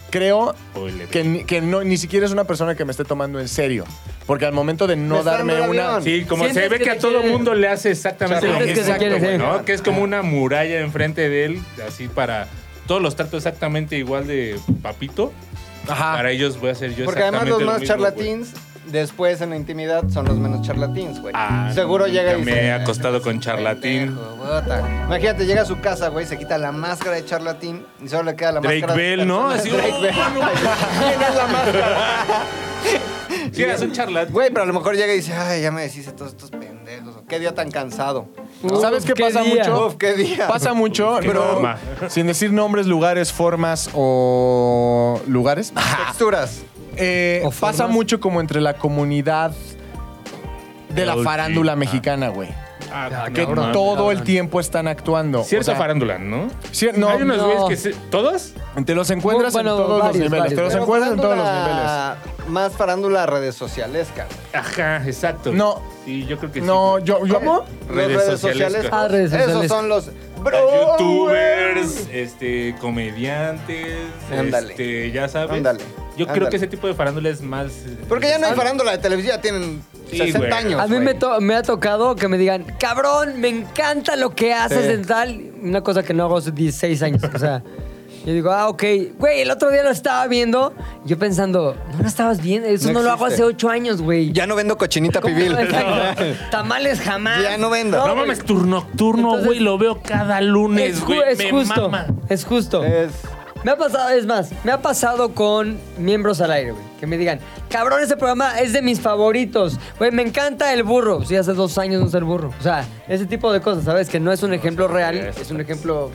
Speaker 2: creo
Speaker 3: Ole,
Speaker 2: que, ni- que no, ni siquiera es una persona que me esté tomando en serio. Porque al momento de
Speaker 4: Me
Speaker 2: no
Speaker 4: está
Speaker 2: darme
Speaker 4: dando el
Speaker 2: una...
Speaker 4: avión.
Speaker 3: Sí, como se
Speaker 1: Sientes
Speaker 3: ve
Speaker 1: que
Speaker 3: que
Speaker 1: te
Speaker 3: a todo
Speaker 1: quiere.
Speaker 3: mundo le hace exactamente lo
Speaker 1: Sientes
Speaker 3: mismo.
Speaker 1: que te quiere,
Speaker 3: güey,
Speaker 1: sí.
Speaker 3: ¿no? Que es como una muralla enfrente de él, así para todos los tratos exactamente igual de papito.
Speaker 1: Ah.
Speaker 2: Ajá.
Speaker 3: Para ellos voy a ser yo
Speaker 4: Porque además los
Speaker 3: exactamente lo
Speaker 4: más
Speaker 3: mismo,
Speaker 4: charlatins, después en la intimidad, son los menos charlatins, güey.
Speaker 3: güey. Ah,
Speaker 4: Seguro
Speaker 3: nunca
Speaker 4: llega y
Speaker 3: Me
Speaker 4: dice,
Speaker 3: he acostado con charlatín.
Speaker 4: "Pendejo, bota". Imagínate, llega a su casa, güey, se quita la máscara de charlatín y solo le queda la
Speaker 3: Drake
Speaker 4: máscara. de
Speaker 3: Bell, ¿no?
Speaker 4: persona.
Speaker 3: Así,
Speaker 4: Drake
Speaker 3: "Oh,
Speaker 4: Bell. (laughs)
Speaker 3: no mames".
Speaker 4: ¿Quién es la máscara?
Speaker 3: Sí, eras un charlatán.
Speaker 4: Güey, pero a lo mejor llega y dice, ay, ya me deshice todos estos pendejos. Qué día tan cansado.
Speaker 2: ¿Sabes qué,
Speaker 1: qué
Speaker 2: pasa
Speaker 1: día.
Speaker 2: mucho?
Speaker 4: Uf, qué día. (laughs)
Speaker 2: Pasa mucho,
Speaker 3: Qué
Speaker 2: pero
Speaker 3: broma.
Speaker 2: sin decir nombres, lugares, formas o lugares.
Speaker 4: Texturas.
Speaker 2: Eh,
Speaker 1: ¿O
Speaker 2: pasa
Speaker 1: formas?
Speaker 2: mucho como entre la comunidad de la
Speaker 3: Oh, sí.
Speaker 2: farándula
Speaker 3: Ah.
Speaker 2: mexicana, güey.
Speaker 3: Ah,
Speaker 2: Que
Speaker 3: cabrón.
Speaker 2: todo el tiempo están actuando.
Speaker 3: Cierta
Speaker 2: O sea,
Speaker 3: farándula, ¿no?
Speaker 2: cier- no,
Speaker 3: Hay unos
Speaker 1: no.
Speaker 3: güeyes que se- ¿Todos?
Speaker 2: te los encuentras
Speaker 1: Bueno,
Speaker 2: en todos
Speaker 1: varios,
Speaker 2: los niveles.
Speaker 1: varios,
Speaker 2: Te los
Speaker 1: Pero
Speaker 2: encuentras en todos los niveles.
Speaker 4: farándula- Más farándula redes sociales, cabrón.
Speaker 3: Ajá, exacto.
Speaker 2: No.
Speaker 3: Sí, yo creo que sí.
Speaker 2: No, yo, yo-
Speaker 4: ¿Cómo?
Speaker 3: Redes
Speaker 4: Los
Speaker 3: sociales,
Speaker 1: Ah, redes
Speaker 4: Esos
Speaker 1: sociales.
Speaker 4: son los bro.
Speaker 3: youtubers, este, comediantes,
Speaker 4: Ándale.
Speaker 3: este, ya sabes.
Speaker 4: Ándale,
Speaker 3: Yo creo
Speaker 4: ándale.
Speaker 3: que ese tipo de farándula es más. eh,
Speaker 4: Porque ya no hay
Speaker 3: ah,
Speaker 4: farándula de televisión, ya tienen Sí,
Speaker 3: 60
Speaker 4: güey.
Speaker 3: años,
Speaker 1: A mí
Speaker 4: güey.
Speaker 1: me, to- me ha tocado que me digan, cabrón, me encanta lo que haces
Speaker 4: Sí.
Speaker 1: en tal. Una cosa que no hago hace 16 años. O sea, yo digo, ah, ok. Güey, el otro día lo estaba viendo. Yo pensando, no lo estabas viendo. Eso no,
Speaker 4: No
Speaker 1: lo hago hace
Speaker 4: existe.
Speaker 1: 8 años, güey.
Speaker 4: Ya no vendo cochinita
Speaker 1: ¿Cómo
Speaker 4: pibil.
Speaker 1: no? (laughs)
Speaker 4: (laughs)
Speaker 1: Exacto. Tamales jamás.
Speaker 4: Ya no vendo. No
Speaker 3: No mames, turnocturno,
Speaker 1: Entonces-
Speaker 3: güey, lo veo cada lunes,
Speaker 1: ju-
Speaker 3: güey.
Speaker 1: es
Speaker 3: me
Speaker 1: justo. (laughs)
Speaker 3: mama.
Speaker 1: Es justo.
Speaker 4: Es-
Speaker 1: Me ha pasado, es más, me ha pasado con miembros al aire, güey. Que me digan, cabrón, ese programa es de mis favoritos. Güey, me encanta el burro. Sí, hace dos años no sé el burro. O sea, ese tipo de cosas, ¿sabes? Que no es un ejemplo real, es un ejemplo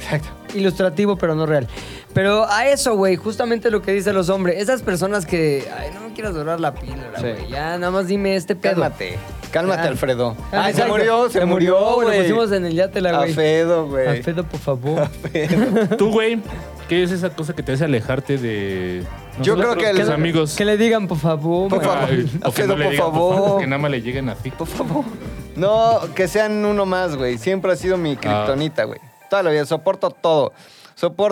Speaker 1: ilustrativo, pero no real. Pero a eso, güey, justamente lo que dicen los hombres. Esas personas que, ay, no me quieras dorar la píldora,
Speaker 4: Sí.
Speaker 1: güey. Ya, nada más dime este pedo.
Speaker 4: Cálmate. Cálmate,
Speaker 1: Ya.
Speaker 4: Alfredo.
Speaker 1: Ah,
Speaker 4: Ay, se
Speaker 1: exacto.
Speaker 4: murió, se murió,
Speaker 1: Lo
Speaker 4: güey.
Speaker 1: pusimos en el yate, la güey.
Speaker 4: Afedo, güey.
Speaker 1: Alfredo, por
Speaker 4: (laughs)
Speaker 1: favor.
Speaker 3: Tú, güey, ¿qué es esa cosa que te hace alejarte de
Speaker 4: Yo creo
Speaker 3: nosotros,
Speaker 4: que el-
Speaker 3: tus amigos?
Speaker 1: Que le digan, por favor.
Speaker 4: Por
Speaker 1: güey.
Speaker 4: favor.
Speaker 3: Ay, o que
Speaker 4: Alfredo,
Speaker 3: no le
Speaker 4: por
Speaker 3: digan,
Speaker 4: favor.
Speaker 3: que nada más le lleguen así. Por favor.
Speaker 4: No, que sean uno más, güey. Siempre ha sido mi kriptonita, güey. Toda la vida, soporto todo.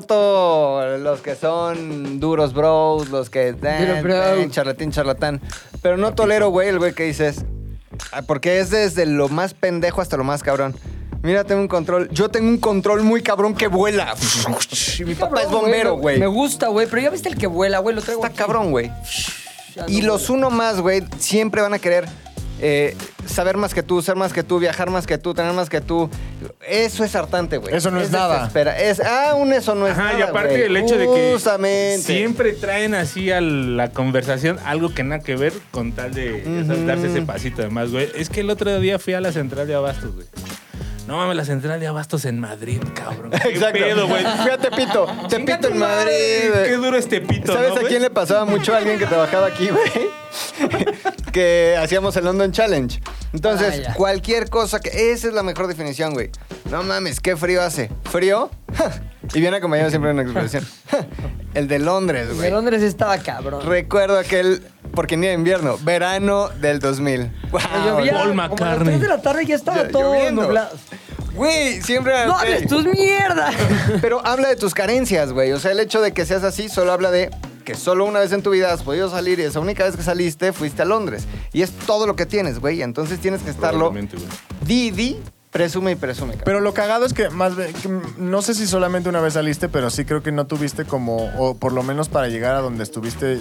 Speaker 4: Soporto los que son duros bros, los que...
Speaker 1: Duro
Speaker 4: eh,
Speaker 1: bro.
Speaker 4: eh, charlatín, charlatán. Pero no tolero, güey, el güey que dices... ah, Porque es desde lo más pendejo hasta lo más cabrón. Mira, tengo un control. Yo tengo un control muy cabrón que vuela. (laughs) Y mi papá
Speaker 1: Cabrón,
Speaker 4: es bombero, güey.
Speaker 1: Me gusta, güey, pero ya viste el que vuela, güey, lo traigo
Speaker 4: Está
Speaker 1: aquí.
Speaker 4: cabrón, güey.
Speaker 1: Ya
Speaker 4: Y
Speaker 1: no
Speaker 4: los
Speaker 1: vuela.
Speaker 4: uno más, güey, siempre van a querer eh, saber más que tú, ser más que tú, viajar más que tú, tener más que tú. Eso es hartante, güey.
Speaker 2: Eso no es nada.
Speaker 4: desespera- Es, ah, un eso no es
Speaker 3: Ajá,
Speaker 4: nada.
Speaker 3: y aparte
Speaker 4: güey.
Speaker 3: el hecho de que
Speaker 4: Justamente.
Speaker 3: siempre traen así a la conversación algo que nada que ver con tal de
Speaker 4: Ujú.
Speaker 3: saltarse ese pasito además, güey. Es que el otro día fui a la central de Abastos, güey. No mames, la central de Abastos en Madrid,
Speaker 4: (laughs)
Speaker 3: cabrón. Qué
Speaker 4: Exacto.
Speaker 3: pedo, güey.
Speaker 4: Fui a Tepito.
Speaker 3: Chinga tu
Speaker 4: Tepito en
Speaker 3: madre,
Speaker 4: Madrid, güey.
Speaker 3: Qué duro este pito,
Speaker 4: ¿Sabes
Speaker 3: ¿no,
Speaker 4: a
Speaker 3: güey?
Speaker 4: quién le pasaba mucho a alguien que trabajaba aquí, güey? (laughs) que hacíamos el London Challenge.
Speaker 1: Ah,
Speaker 4: Entonces,
Speaker 1: ya.
Speaker 4: cualquier cosa que. Esa es la mejor definición, güey. No mames, qué frío hace. ¿Frío? (laughs) y viene acompañado siempre de una expresión. (laughs) el de Londres,
Speaker 1: De
Speaker 4: güey.
Speaker 1: Londres estaba cabrón.
Speaker 4: Recuerdo aquel. Porque ni era invierno, verano del 2000. Wow,
Speaker 1: Llovía
Speaker 3: Paul
Speaker 1: como a las
Speaker 3: McCartney.
Speaker 1: 3 de la tarde ya estaba
Speaker 4: Llo-
Speaker 1: todo
Speaker 4: lloviendo. Ah,
Speaker 1: nublado.
Speaker 4: Güey, siempre. era-
Speaker 1: ¡No hables tus mierdas!
Speaker 4: Pero habla de tus carencias, güey. O sea, el hecho de que seas así solo habla de que solo una vez en tu vida has podido salir y esa única vez que saliste fuiste a Londres. Y es todo lo que tienes, güey. Entonces tienes que estarlo.
Speaker 3: Probablemente, güey.
Speaker 4: Di, di, presume y presume. cabrón.
Speaker 2: Pero lo cagado es que más ve- que, mm, no sé si solamente una vez saliste, pero sí creo que no tuviste como, o por lo menos para llegar a donde estuviste,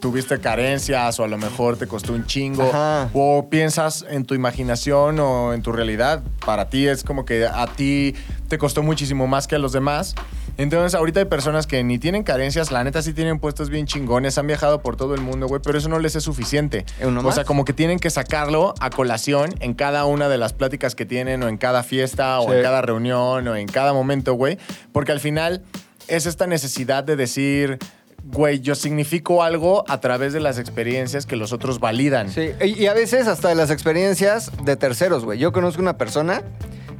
Speaker 2: tuviste carencias o a lo mejor te costó un chingo
Speaker 4: Ajá.
Speaker 2: o piensas en tu imaginación o en tu realidad. Para ti es como que a ti te costó muchísimo más que a los demás. Entonces ahorita hay personas que ni tienen carencias, la neta sí tienen puestos bien chingones, han viajado por todo el mundo, güey, pero eso no les es suficiente.
Speaker 4: ¿Uno
Speaker 2: O
Speaker 4: más?
Speaker 2: sea, como que tienen que sacarlo a colación en cada una de las pláticas que tienen o en cada fiesta o
Speaker 4: Sí.
Speaker 2: en cada reunión o en cada momento, güey. Porque al final es esta necesidad de decir, güey, yo significo algo a través de las experiencias que los otros validan.
Speaker 4: Sí, y y a veces hasta de las experiencias de terceros, güey. Yo conozco una persona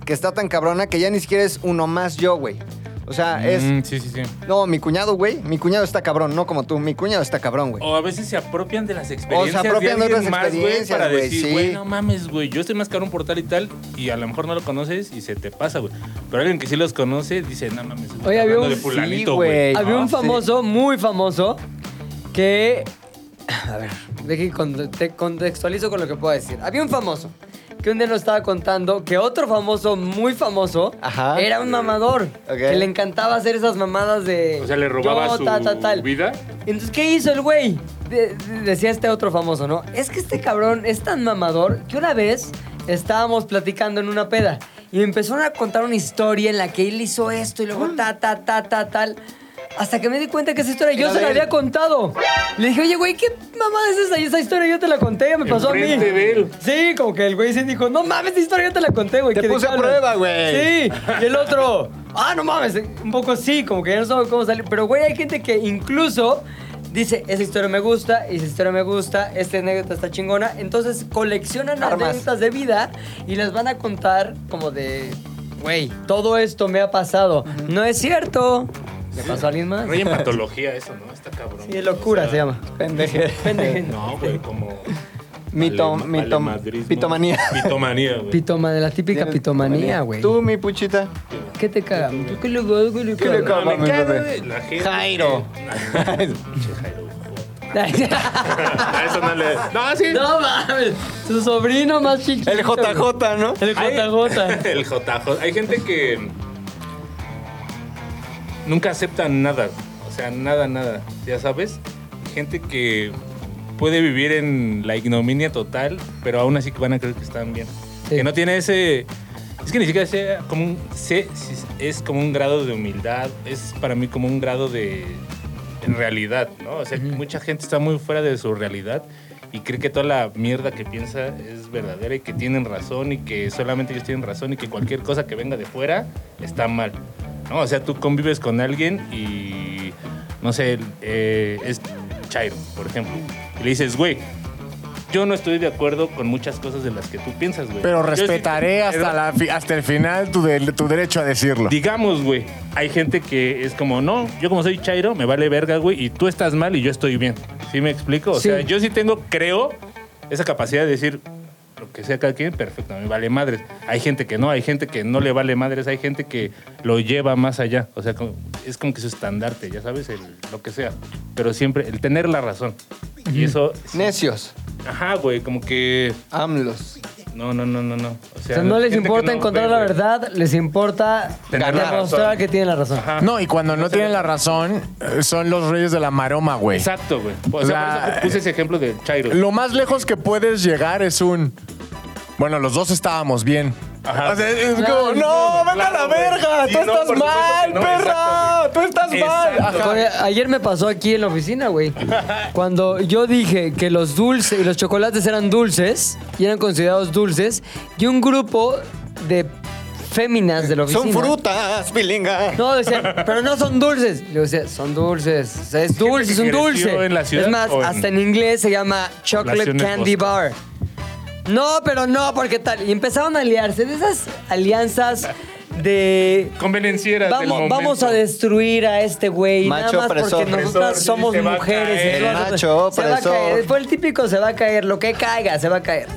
Speaker 4: que está tan cabrona que ya ni siquiera es uno más yo, güey. O sea, Ah, es.
Speaker 3: Mm, sí, sí, sí.
Speaker 4: No, mi cuñado, güey. Mi cuñado está cabrón, no como tú. Mi cuñado está cabrón, güey.
Speaker 3: O a veces se apropian de las experiencias.
Speaker 4: O se apropian de
Speaker 3: de, alguien
Speaker 4: otras
Speaker 3: más, güey,
Speaker 4: experiencias,
Speaker 3: Para
Speaker 4: güey,
Speaker 3: decir,
Speaker 4: sí.
Speaker 3: güey, no mames, güey. Yo estoy más cabrón por tal y tal. Y a lo mejor no lo conoces y se te pasa, güey. Pero alguien que sí los conoce dice, no mames. güey,
Speaker 1: Oye,
Speaker 3: está
Speaker 1: había
Speaker 3: hablando
Speaker 1: un-
Speaker 3: de
Speaker 1: sí,
Speaker 3: fulanito,
Speaker 4: güey.
Speaker 1: (laughs)
Speaker 3: güey.
Speaker 1: Había
Speaker 3: ¿no?
Speaker 1: un
Speaker 4: sí.
Speaker 1: famoso, muy famoso, que. A ver, deje que con- te contextualizo con lo que puedo decir. Había un famoso que un día nos estaba contando que otro famoso, muy famoso,
Speaker 4: Ajá.
Speaker 1: era un mamador.
Speaker 4: Ok.
Speaker 1: Que le encantaba hacer esas mamadas de.
Speaker 3: O sea, le robaba
Speaker 1: yo,
Speaker 3: su
Speaker 1: ta, ta, tal. (laughs)
Speaker 3: vida.
Speaker 1: Entonces, ¿qué hizo el güey? De- de- decía este otro famoso, ¿no? Es que este cabrón es tan mamador que una vez estábamos platicando en una peda y me empezaron a contar una historia en la que él hizo esto y
Speaker 4: Mm.
Speaker 1: luego ta, ta, ta, ta, tal. Hasta que me di cuenta que esa historia yo
Speaker 4: Era
Speaker 1: se
Speaker 4: de
Speaker 1: la
Speaker 4: él.
Speaker 1: había contado. Le dije, oye, güey, ¿qué mamada es esa? Y esa historia yo te la conté, me pasó a mí.
Speaker 3: Enfrente de él.
Speaker 1: Sí, como que el güey sí dijo, no mames, esa historia yo te la conté, güey.
Speaker 4: Te
Speaker 1: ¿qué de
Speaker 4: puse
Speaker 1: qué
Speaker 4: a
Speaker 1: hablas?"
Speaker 4: prueba, güey.
Speaker 1: Sí, Sí, y el otro, ah, no mames, un poco sí, como que ya no sabemos cómo salir. Pero, güey, hay gente que incluso dice, esa historia me gusta, esa historia me gusta, esta anécdota está chingona. Entonces coleccionan
Speaker 4: Armas.
Speaker 1: anécdotas de vida y las van a contar como de, güey, todo esto me ha pasado. No es cierto. ¿Le pasó a alguien más?
Speaker 3: Rey en patología, eso, ¿no? Está cabrón.
Speaker 1: Sí, locura se llama.
Speaker 4: Pendeje.
Speaker 1: Pendeje.
Speaker 3: No,
Speaker 1: (laughs)
Speaker 3: güey, como.
Speaker 4: Mito-
Speaker 3: Vale-
Speaker 4: mito-
Speaker 3: valemadrismo.
Speaker 4: pitomanía.
Speaker 3: (laughs) Pitomanía, güey.
Speaker 1: Pitoma, de la típica pitomanía, güey.
Speaker 4: Tú, mi puchita.
Speaker 1: ¿Qué te caga? ¿Qué le- qué le
Speaker 4: ¿Qué le
Speaker 1: caga?
Speaker 4: caga?
Speaker 3: No, me
Speaker 4: mi
Speaker 3: cago, (laughs)
Speaker 4: padre.
Speaker 3: güey, la gente.
Speaker 4: Jairo.
Speaker 3: Pinche Jairo, güey. (laughs) A eso no le. No, sí.
Speaker 1: (laughs) no mames. Su sobrino más chiquito.
Speaker 4: El
Speaker 1: güey.
Speaker 4: JJ, ¿no?
Speaker 1: El
Speaker 3: Hay-
Speaker 1: JJ.
Speaker 3: (laughs) el JJ. Hay gente que nunca acepta nada. O sea, nada, nada. Ya sabes. Gente que puede vivir en la ignominia total, pero aún así que van a creer que están bien.
Speaker 1: Sí.
Speaker 3: Que no tiene ese. Es que ni siquiera sea como un. sé si es- es como un grado de humildad. Es para mí como un grado de. En realidad, ¿no? O sea, mucha gente está muy fuera de su realidad y cree que toda la mierda que piensa es verdadera y que tienen razón y que solamente ellos tienen razón y que cualquier cosa que venga de fuera está mal. ¿no? O sea, tú convives con alguien y, no sé, eh, es Chairo, por ejemplo. Y le dices, güey, yo no estoy de acuerdo con muchas cosas de las que tú piensas, güey.
Speaker 2: Pero
Speaker 3: Yo sí-
Speaker 2: respetaré hasta,
Speaker 3: Pero-
Speaker 2: la fi- hasta el final tu, del- tu derecho a decirlo.
Speaker 3: Digamos, güey, hay gente que es como, no, yo como soy Chairo, me vale verga, güey, y tú estás mal y yo estoy bien. ¿Sí me explico? O
Speaker 1: Sí.
Speaker 3: sea, yo sí tengo, creo, esa capacidad de decir lo que sea cada quien, perfecto, me vale madres. Hay gente que no, hay gente que no le vale madres, hay gente que lo lleva más allá. O sea, como- es como que su estandarte, ya sabes, el- lo que sea. Pero siempre, el tener la razón. Y eso...
Speaker 4: Necios.
Speaker 3: Ajá, güey, como que...
Speaker 4: AMLOS.
Speaker 3: No, no, no, no, no. O
Speaker 1: O
Speaker 3: sea,
Speaker 1: sea, no les
Speaker 3: gente que
Speaker 1: importa
Speaker 3: no
Speaker 1: encontrar
Speaker 3: ve,
Speaker 1: la
Speaker 3: güey.
Speaker 1: verdad, les importa
Speaker 3: Tener la
Speaker 1: demostrar
Speaker 3: razón.
Speaker 1: que tienen la razón.
Speaker 3: Ajá.
Speaker 2: No, y cuando no tienen la razón, eh, son los reyes de la maroma, güey.
Speaker 3: Exacto, güey. O sea,
Speaker 2: La-
Speaker 3: por eso puse ese ejemplo del Chairo.
Speaker 2: Lo más lejos que puedes llegar es un. Bueno, los dos estábamos bien.
Speaker 3: Ajá.
Speaker 2: O sea, es
Speaker 1: Claro,
Speaker 2: como,
Speaker 1: claro,
Speaker 2: no, vete a la
Speaker 3: claro, güey.
Speaker 2: verga, tú
Speaker 3: Sí, no,
Speaker 2: estás
Speaker 3: por supuesto
Speaker 2: mal,
Speaker 3: que no,
Speaker 2: perra,
Speaker 3: exacto,
Speaker 2: tú
Speaker 3: güey.
Speaker 2: estás mal.
Speaker 3: Exacto.
Speaker 2: Ajá.
Speaker 1: Oye, ayer me pasó aquí en la oficina,
Speaker 4: (laughs)
Speaker 1: güey. Cuando yo dije que los dulces y los chocolates eran dulces y eran considerados dulces, y un grupo de féminas de la
Speaker 4: Ah, Son
Speaker 1: oficina.
Speaker 4: frutas, pilinga.
Speaker 1: No, decían, pero no son dulces. Le decía, son dulces. O sea, es dulce, es un
Speaker 3: que creció
Speaker 1: dulce.
Speaker 3: en la ciudad
Speaker 1: es más,
Speaker 3: o en-
Speaker 1: hasta en inglés se llama chocolate
Speaker 3: poblaciones
Speaker 1: candy
Speaker 3: costa.
Speaker 1: bar. No, pero no, porque tal. Y empezaron a aliarse. De esas alianzas de.
Speaker 3: Convenencieras del
Speaker 1: Vamos,
Speaker 3: momento.
Speaker 1: vamos a destruir a este güey. Nada
Speaker 4: Macho
Speaker 1: más
Speaker 4: opresor.
Speaker 1: porque nosotras
Speaker 3: Opresor,
Speaker 1: somos
Speaker 3: se va a
Speaker 1: mujeres.
Speaker 3: caer.
Speaker 1: entonces-
Speaker 4: El macho
Speaker 1: se va a
Speaker 4: opresor.
Speaker 1: caer. Fue el típico se va a caer. Lo que caiga, se va a caer.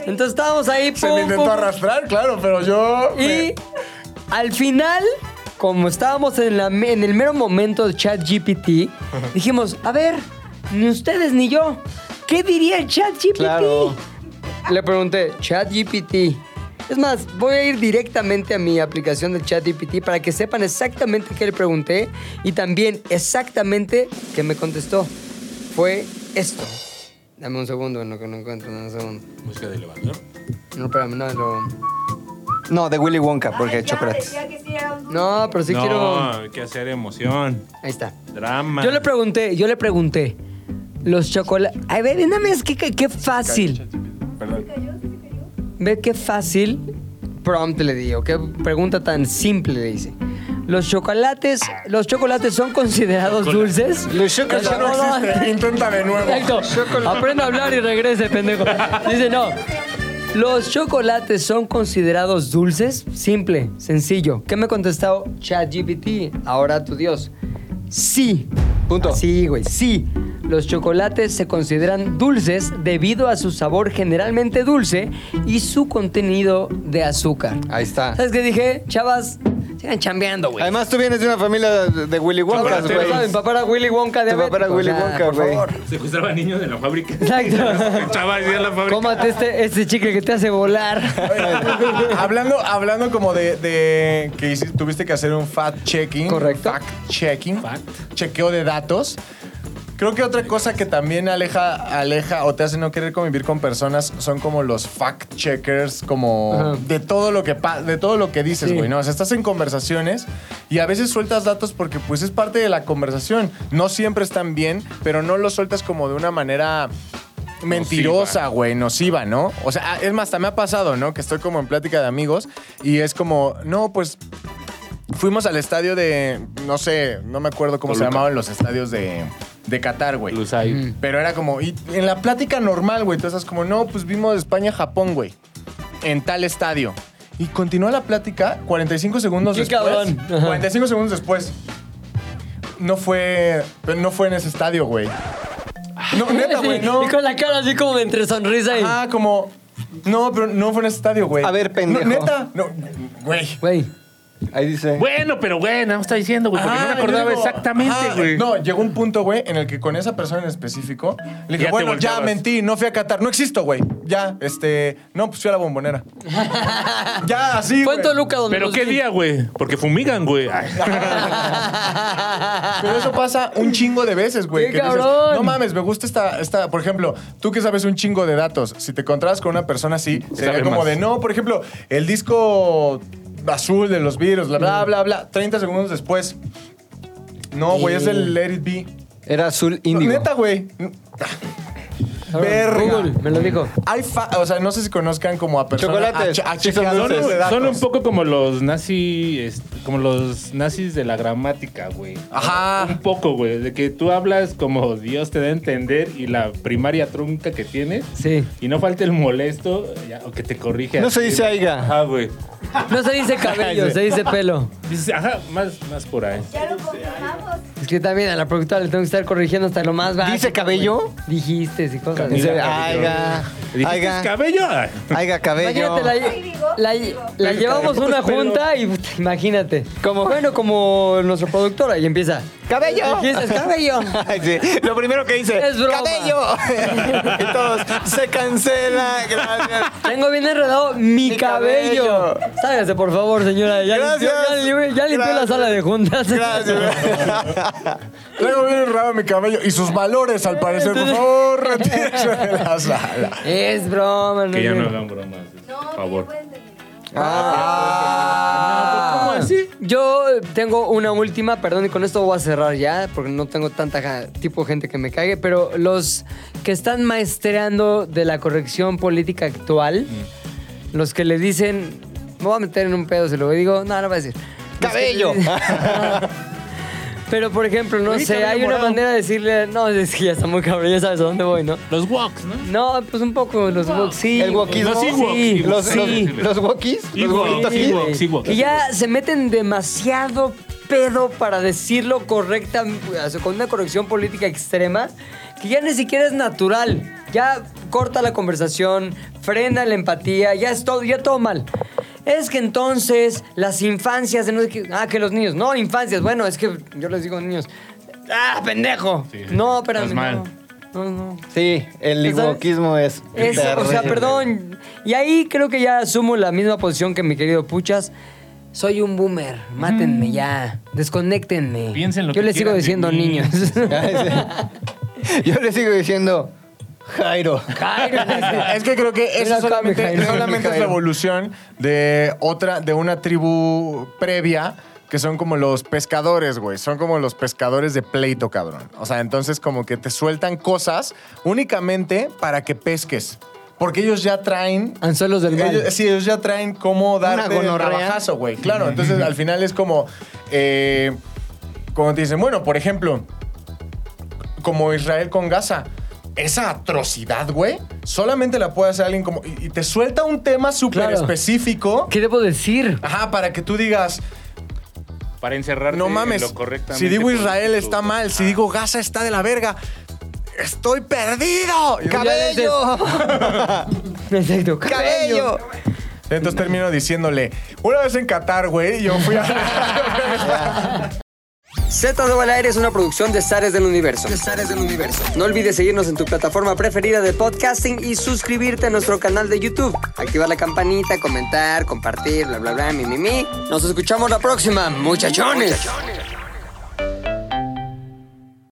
Speaker 1: Entonces estábamos ahí, pum,
Speaker 2: Se me
Speaker 1: pum,
Speaker 2: intentó
Speaker 1: pum.
Speaker 2: arrastrar, claro, pero yo.
Speaker 1: Y al final, como estábamos en, la, me- en el mero momento de ChatGPT, dijimos, a ver, ni ustedes ni yo, ¿qué diría el ChatGPT?
Speaker 4: Claro.
Speaker 1: Le pregunté, ChatGPT. Es más, voy a ir directamente a mi aplicación del ChatGPT para que sepan exactamente qué le pregunté y también exactamente qué me contestó. Fue esto. Dame un segundo en lo que no encuentro, dame un segundo.
Speaker 3: Música de elevador.
Speaker 1: No, espérame, no, lo-
Speaker 4: No, de Willy Wonka, porque
Speaker 5: Ay, ya,
Speaker 4: chocolates.
Speaker 5: decía que sí era un dulce.
Speaker 1: No, pero sí
Speaker 3: no,
Speaker 1: quiero...
Speaker 3: hay que hacer emoción,
Speaker 1: Ahí está.
Speaker 3: drama.
Speaker 1: Yo le pregunté, yo le pregunté. Los chocolates. A ver, nada más que, que- qué fácil. Ve qué fácil prompt le di, o qué pregunta tan simple le hice. Los chocolates, los chocolates son considerados dulces.
Speaker 4: Los chocolates
Speaker 2: Eso no
Speaker 1: Chocolate.
Speaker 2: existe, intenta de nuevo.
Speaker 1: Exacto. Aprenda a hablar y regrese, pendejo. Dice, no. Los chocolates son considerados dulces. Simple, sencillo. ¿Qué me ha contestado ChatGPT? Ahora tu Dios. Sí.
Speaker 4: Punto.
Speaker 1: Sí, güey. Sí. Los chocolates se consideran dulces debido a su sabor generalmente dulce y su contenido de azúcar.
Speaker 4: Ahí está.
Speaker 1: ¿Sabes qué dije? Chavas, sigan chambeando, güey.
Speaker 4: Además, tú vienes de una familia de de Willy Wonka,
Speaker 1: Chocolates,
Speaker 4: güey.
Speaker 1: mi papá era Willy Wonka de
Speaker 4: Tu papá era Willy Wonka, güey.
Speaker 3: Secuestraba niños de la (laughs) fábrica.
Speaker 1: Exacto.
Speaker 3: Chava, decía la fábrica.
Speaker 1: Cómate este, este chicle que te hace volar.
Speaker 2: hablando, hablando como de, de que hiciste- tuviste que hacer un fact checking.
Speaker 1: Correcto.
Speaker 2: Fact checking.
Speaker 3: Fact.
Speaker 2: Chequeo de datos. Creo que otra cosa que también aleja, aleja o te hace no querer convivir con personas son como los fact checkers, como
Speaker 1: Ajá.
Speaker 2: de todo lo que pa- de todo lo que dices,
Speaker 1: Sí.
Speaker 2: güey. No, o sea, estás en conversaciones y a veces sueltas datos porque pues es parte de la conversación. No siempre están bien, pero no los sueltas como de una manera mentirosa, güey, nociva, ¿no? O sea, ah, es más, hasta me ha pasado, ¿no? Que estoy como en plática de amigos y es como, no, pues fuimos al estadio de, no sé, no me acuerdo cómo se
Speaker 3: Toluca.
Speaker 2: llamaban los estadios de, de Qatar, güey.
Speaker 3: Lusail.
Speaker 2: Pero era como, y en la plática normal, güey, tú estás como, no, pues vimos España-Japón, güey, en tal estadio. Y continúa la plática 45 segundos
Speaker 1: Qué
Speaker 2: después.
Speaker 1: cabrón. Ajá.
Speaker 2: 45 segundos después. No fue, no fue en ese estadio, güey.
Speaker 1: (laughs)
Speaker 2: No, neta, güey,
Speaker 1: Sí,
Speaker 2: no.
Speaker 1: Y con la cara así como de entre sonrisa y.
Speaker 2: Ah, como. No, pero no fue en ese estadio, güey.
Speaker 4: A ver, pendejo.
Speaker 2: No, neta. No, güey.
Speaker 1: Güey.
Speaker 4: Ahí dice.
Speaker 3: Bueno, pero güey, no me está diciendo, güey, porque
Speaker 2: Ah,
Speaker 3: no me acordaba
Speaker 2: yo digo,
Speaker 3: exactamente,
Speaker 2: ajá,
Speaker 3: güey.
Speaker 2: No, llegó un punto, güey, en el que con esa persona en específico le
Speaker 3: Ya
Speaker 2: dije,
Speaker 3: te
Speaker 2: bueno, ya
Speaker 3: volteabas.
Speaker 2: mentí, no fui a Qatar, no existo, güey. Ya, este, no, pues fui a la
Speaker 3: (laughs)
Speaker 2: bombonera. ya, así,
Speaker 1: Fue
Speaker 2: güey.
Speaker 1: en Toluca donde
Speaker 3: Pero
Speaker 1: los
Speaker 3: qué
Speaker 1: vi.
Speaker 3: día, güey, porque fumigan, güey. Ay.
Speaker 2: Pero eso pasa un chingo de veces, güey.
Speaker 1: ¡Qué
Speaker 2: que dices,
Speaker 1: cabrón!
Speaker 2: no mames, me gusta esta, esta. Por ejemplo, tú que sabes un chingo de datos, si te encontrabas con una persona así, sería
Speaker 3: sabe
Speaker 2: como
Speaker 3: más.
Speaker 2: de, no, por ejemplo, el disco azul de los virus, bla, bla, bla, bla. 30 segundos después. No, güey, es el Let It Be.
Speaker 4: Era azul índigo.
Speaker 2: Pues, Neta, güey.
Speaker 1: Cabrón,
Speaker 2: Verga.
Speaker 1: Google, me lo dijo.
Speaker 2: Hay fa- o sea, no sé si conozcan como a personas.
Speaker 4: Chocolates.
Speaker 2: A, che- a
Speaker 4: Sí, son
Speaker 2: chequeadores
Speaker 4: dulces.
Speaker 2: de datos.
Speaker 3: Son un poco como los nazis, como los nazis de la gramática, güey.
Speaker 2: Ajá.
Speaker 3: Un poco, güey, de que tú hablas como Dios te da a entender y la primaria trunca que tienes.
Speaker 1: Sí.
Speaker 3: Y no falta el molesto ya, o que te corrige.
Speaker 4: No
Speaker 3: así.
Speaker 4: se dice aiga.
Speaker 3: Ajá, güey.
Speaker 1: No se dice cabello, se dice pelo.
Speaker 3: Dices, ajá, más, más por ahí.
Speaker 5: Ya lo confirmamos.
Speaker 1: Es que también a la productora le tengo que estar corrigiendo hasta lo más bajo.
Speaker 4: ¿Dice cabello?
Speaker 1: Dijiste, y cosas.
Speaker 4: En serio,
Speaker 3: Cabello.
Speaker 4: Aiga.
Speaker 3: Dijiste, "Es
Speaker 4: Aiga.
Speaker 3: cabello. Ah, Ay.
Speaker 4: Aiga cabello.
Speaker 1: Imagínate, la, la- la llevamos a una junta y puta, imagínate. Como bueno, como nuestra productora y empieza.
Speaker 4: ¡Cabello!
Speaker 1: Dijiste, cabello.
Speaker 4: Ay, sí. Lo primero que dice,
Speaker 1: Es broma.
Speaker 4: cabello. (laughs) y todos, se cancela,
Speaker 1: (laughs)
Speaker 4: gracias.
Speaker 1: Tengo bien enredado mi,
Speaker 4: Mi
Speaker 1: cabello.
Speaker 4: cabello.
Speaker 1: Sálgase, por favor, señora. Ya limpió,
Speaker 4: Gracias.
Speaker 1: ya limpió- ya limpió la
Speaker 4: Gracias.
Speaker 1: sala de juntas.
Speaker 4: Gracias.
Speaker 2: Traigo bien enredado mi cabello y sus valores, al parecer. Por favor, retírese de la sala.
Speaker 1: Es broma, no
Speaker 3: Que ya
Speaker 1: es
Speaker 3: no
Speaker 1: broma.
Speaker 3: hagan bromas,
Speaker 5: No,
Speaker 3: por favor.
Speaker 5: no pueden terminar.
Speaker 4: Ah.
Speaker 1: ¿Cómo así? Yo tengo una última, perdón, y con esto voy a cerrar ya, porque no tengo tanta ja- tipo de gente que me cague, pero los que están maestreando de la corrección política actual, los que le dicen, me voy a meter en un pedo, se lo digo, no, no va a decir. Los que le
Speaker 4: Cabello.
Speaker 1: dicen- (laughs) Pero, por ejemplo, no
Speaker 3: Oye,
Speaker 1: sé,
Speaker 3: cabello
Speaker 1: hay una
Speaker 3: morado.
Speaker 1: manera de decirle, no, es que ya está muy cabrón, ya sabes a dónde voy, ¿no?
Speaker 3: Los walks, ¿no?
Speaker 1: No, pues un poco los woke, sí.
Speaker 4: El wokismo.
Speaker 3: Los Ewoks,
Speaker 1: Sí,
Speaker 3: Ewoks.
Speaker 4: Los,
Speaker 1: sí.
Speaker 4: los, los wokis, los
Speaker 3: Ewoks,
Speaker 4: wokitos.
Speaker 1: Sí.
Speaker 3: Ewoks, Ewoks.
Speaker 1: Y ya se meten demasiado pedo para decirlo correctamente, con una corrección política extrema, que ya ni siquiera es natural. Ya corta la conversación, frena la empatía, ya es todo, ya todo mal. Es que entonces las infancias, de no sé qué- ah, que los niños, no, infancias, bueno, es que yo les digo niños, ah, pendejo.
Speaker 3: Sí,
Speaker 1: no,
Speaker 3: estás
Speaker 1: espérame,
Speaker 3: mal.
Speaker 1: no, no, no.
Speaker 4: Sí, el
Speaker 1: Pues, ¿Sabes?
Speaker 4: wokismo es.
Speaker 1: Eso, o sea,
Speaker 4: terrible.
Speaker 1: perdón. Y ahí creo que ya asumo la misma posición que mi querido Puchas. Soy un boomer, mátenme ya, desconéctenme.
Speaker 3: Mm. Piensen lo
Speaker 1: Yo
Speaker 3: que
Speaker 1: les sigo
Speaker 3: quieran de
Speaker 1: diciendo
Speaker 3: mí. (laughs)
Speaker 1: niños. (laughs)
Speaker 4: Ah, Yo le sigo diciendo, Jairo.
Speaker 1: Jairo,
Speaker 2: (laughs) Es que creo que
Speaker 1: Mira
Speaker 2: eso
Speaker 1: acá, mi
Speaker 2: solamente,
Speaker 1: Jairo.
Speaker 2: solamente es la evolución de otra, de una tribu previa que son como los pescadores, güey. Son como los pescadores de pleito, cabrón. O sea, entonces como que te sueltan cosas únicamente para que pesques. Porque ellos ya traen
Speaker 1: Anzuelos del mal.
Speaker 2: ellos- sí, ellos ya traen cómo darte el
Speaker 4: gonorrea.
Speaker 2: trabajazo, güey. Claro, entonces al final es como. eh, como te dicen, bueno, por ejemplo, como Israel con Gaza. Esa atrocidad, güey, solamente la puede hacer alguien como. Y, y te suelta un tema súper
Speaker 1: Claro.
Speaker 2: específico.
Speaker 1: ¿Qué debo decir?
Speaker 2: Ajá, para que tú digas,
Speaker 3: Para encerrarte
Speaker 2: no
Speaker 3: en
Speaker 2: mames,
Speaker 3: lo correctamente.
Speaker 2: si digo Israel
Speaker 3: político.
Speaker 2: está mal, si digo Gaza está de la verga, estoy perdido. Y-
Speaker 4: ¡Cabello! (laughs)
Speaker 1: (laughs) Exacto,
Speaker 4: ¡Cabello!
Speaker 2: Entonces termino diciéndole, una vez en Qatar, güey, yo
Speaker 1: (laughs)
Speaker 2: fui a...
Speaker 1: Z2 al aire es una producción de Zares del Universo. del Universo. No olvides seguirnos en tu plataforma preferida de podcasting y suscribirte a nuestro canal de YouTube. Activar la campanita, comentar, compartir, bla, bla, bla, mi, mi, mi. Nos escuchamos la próxima, muchachones.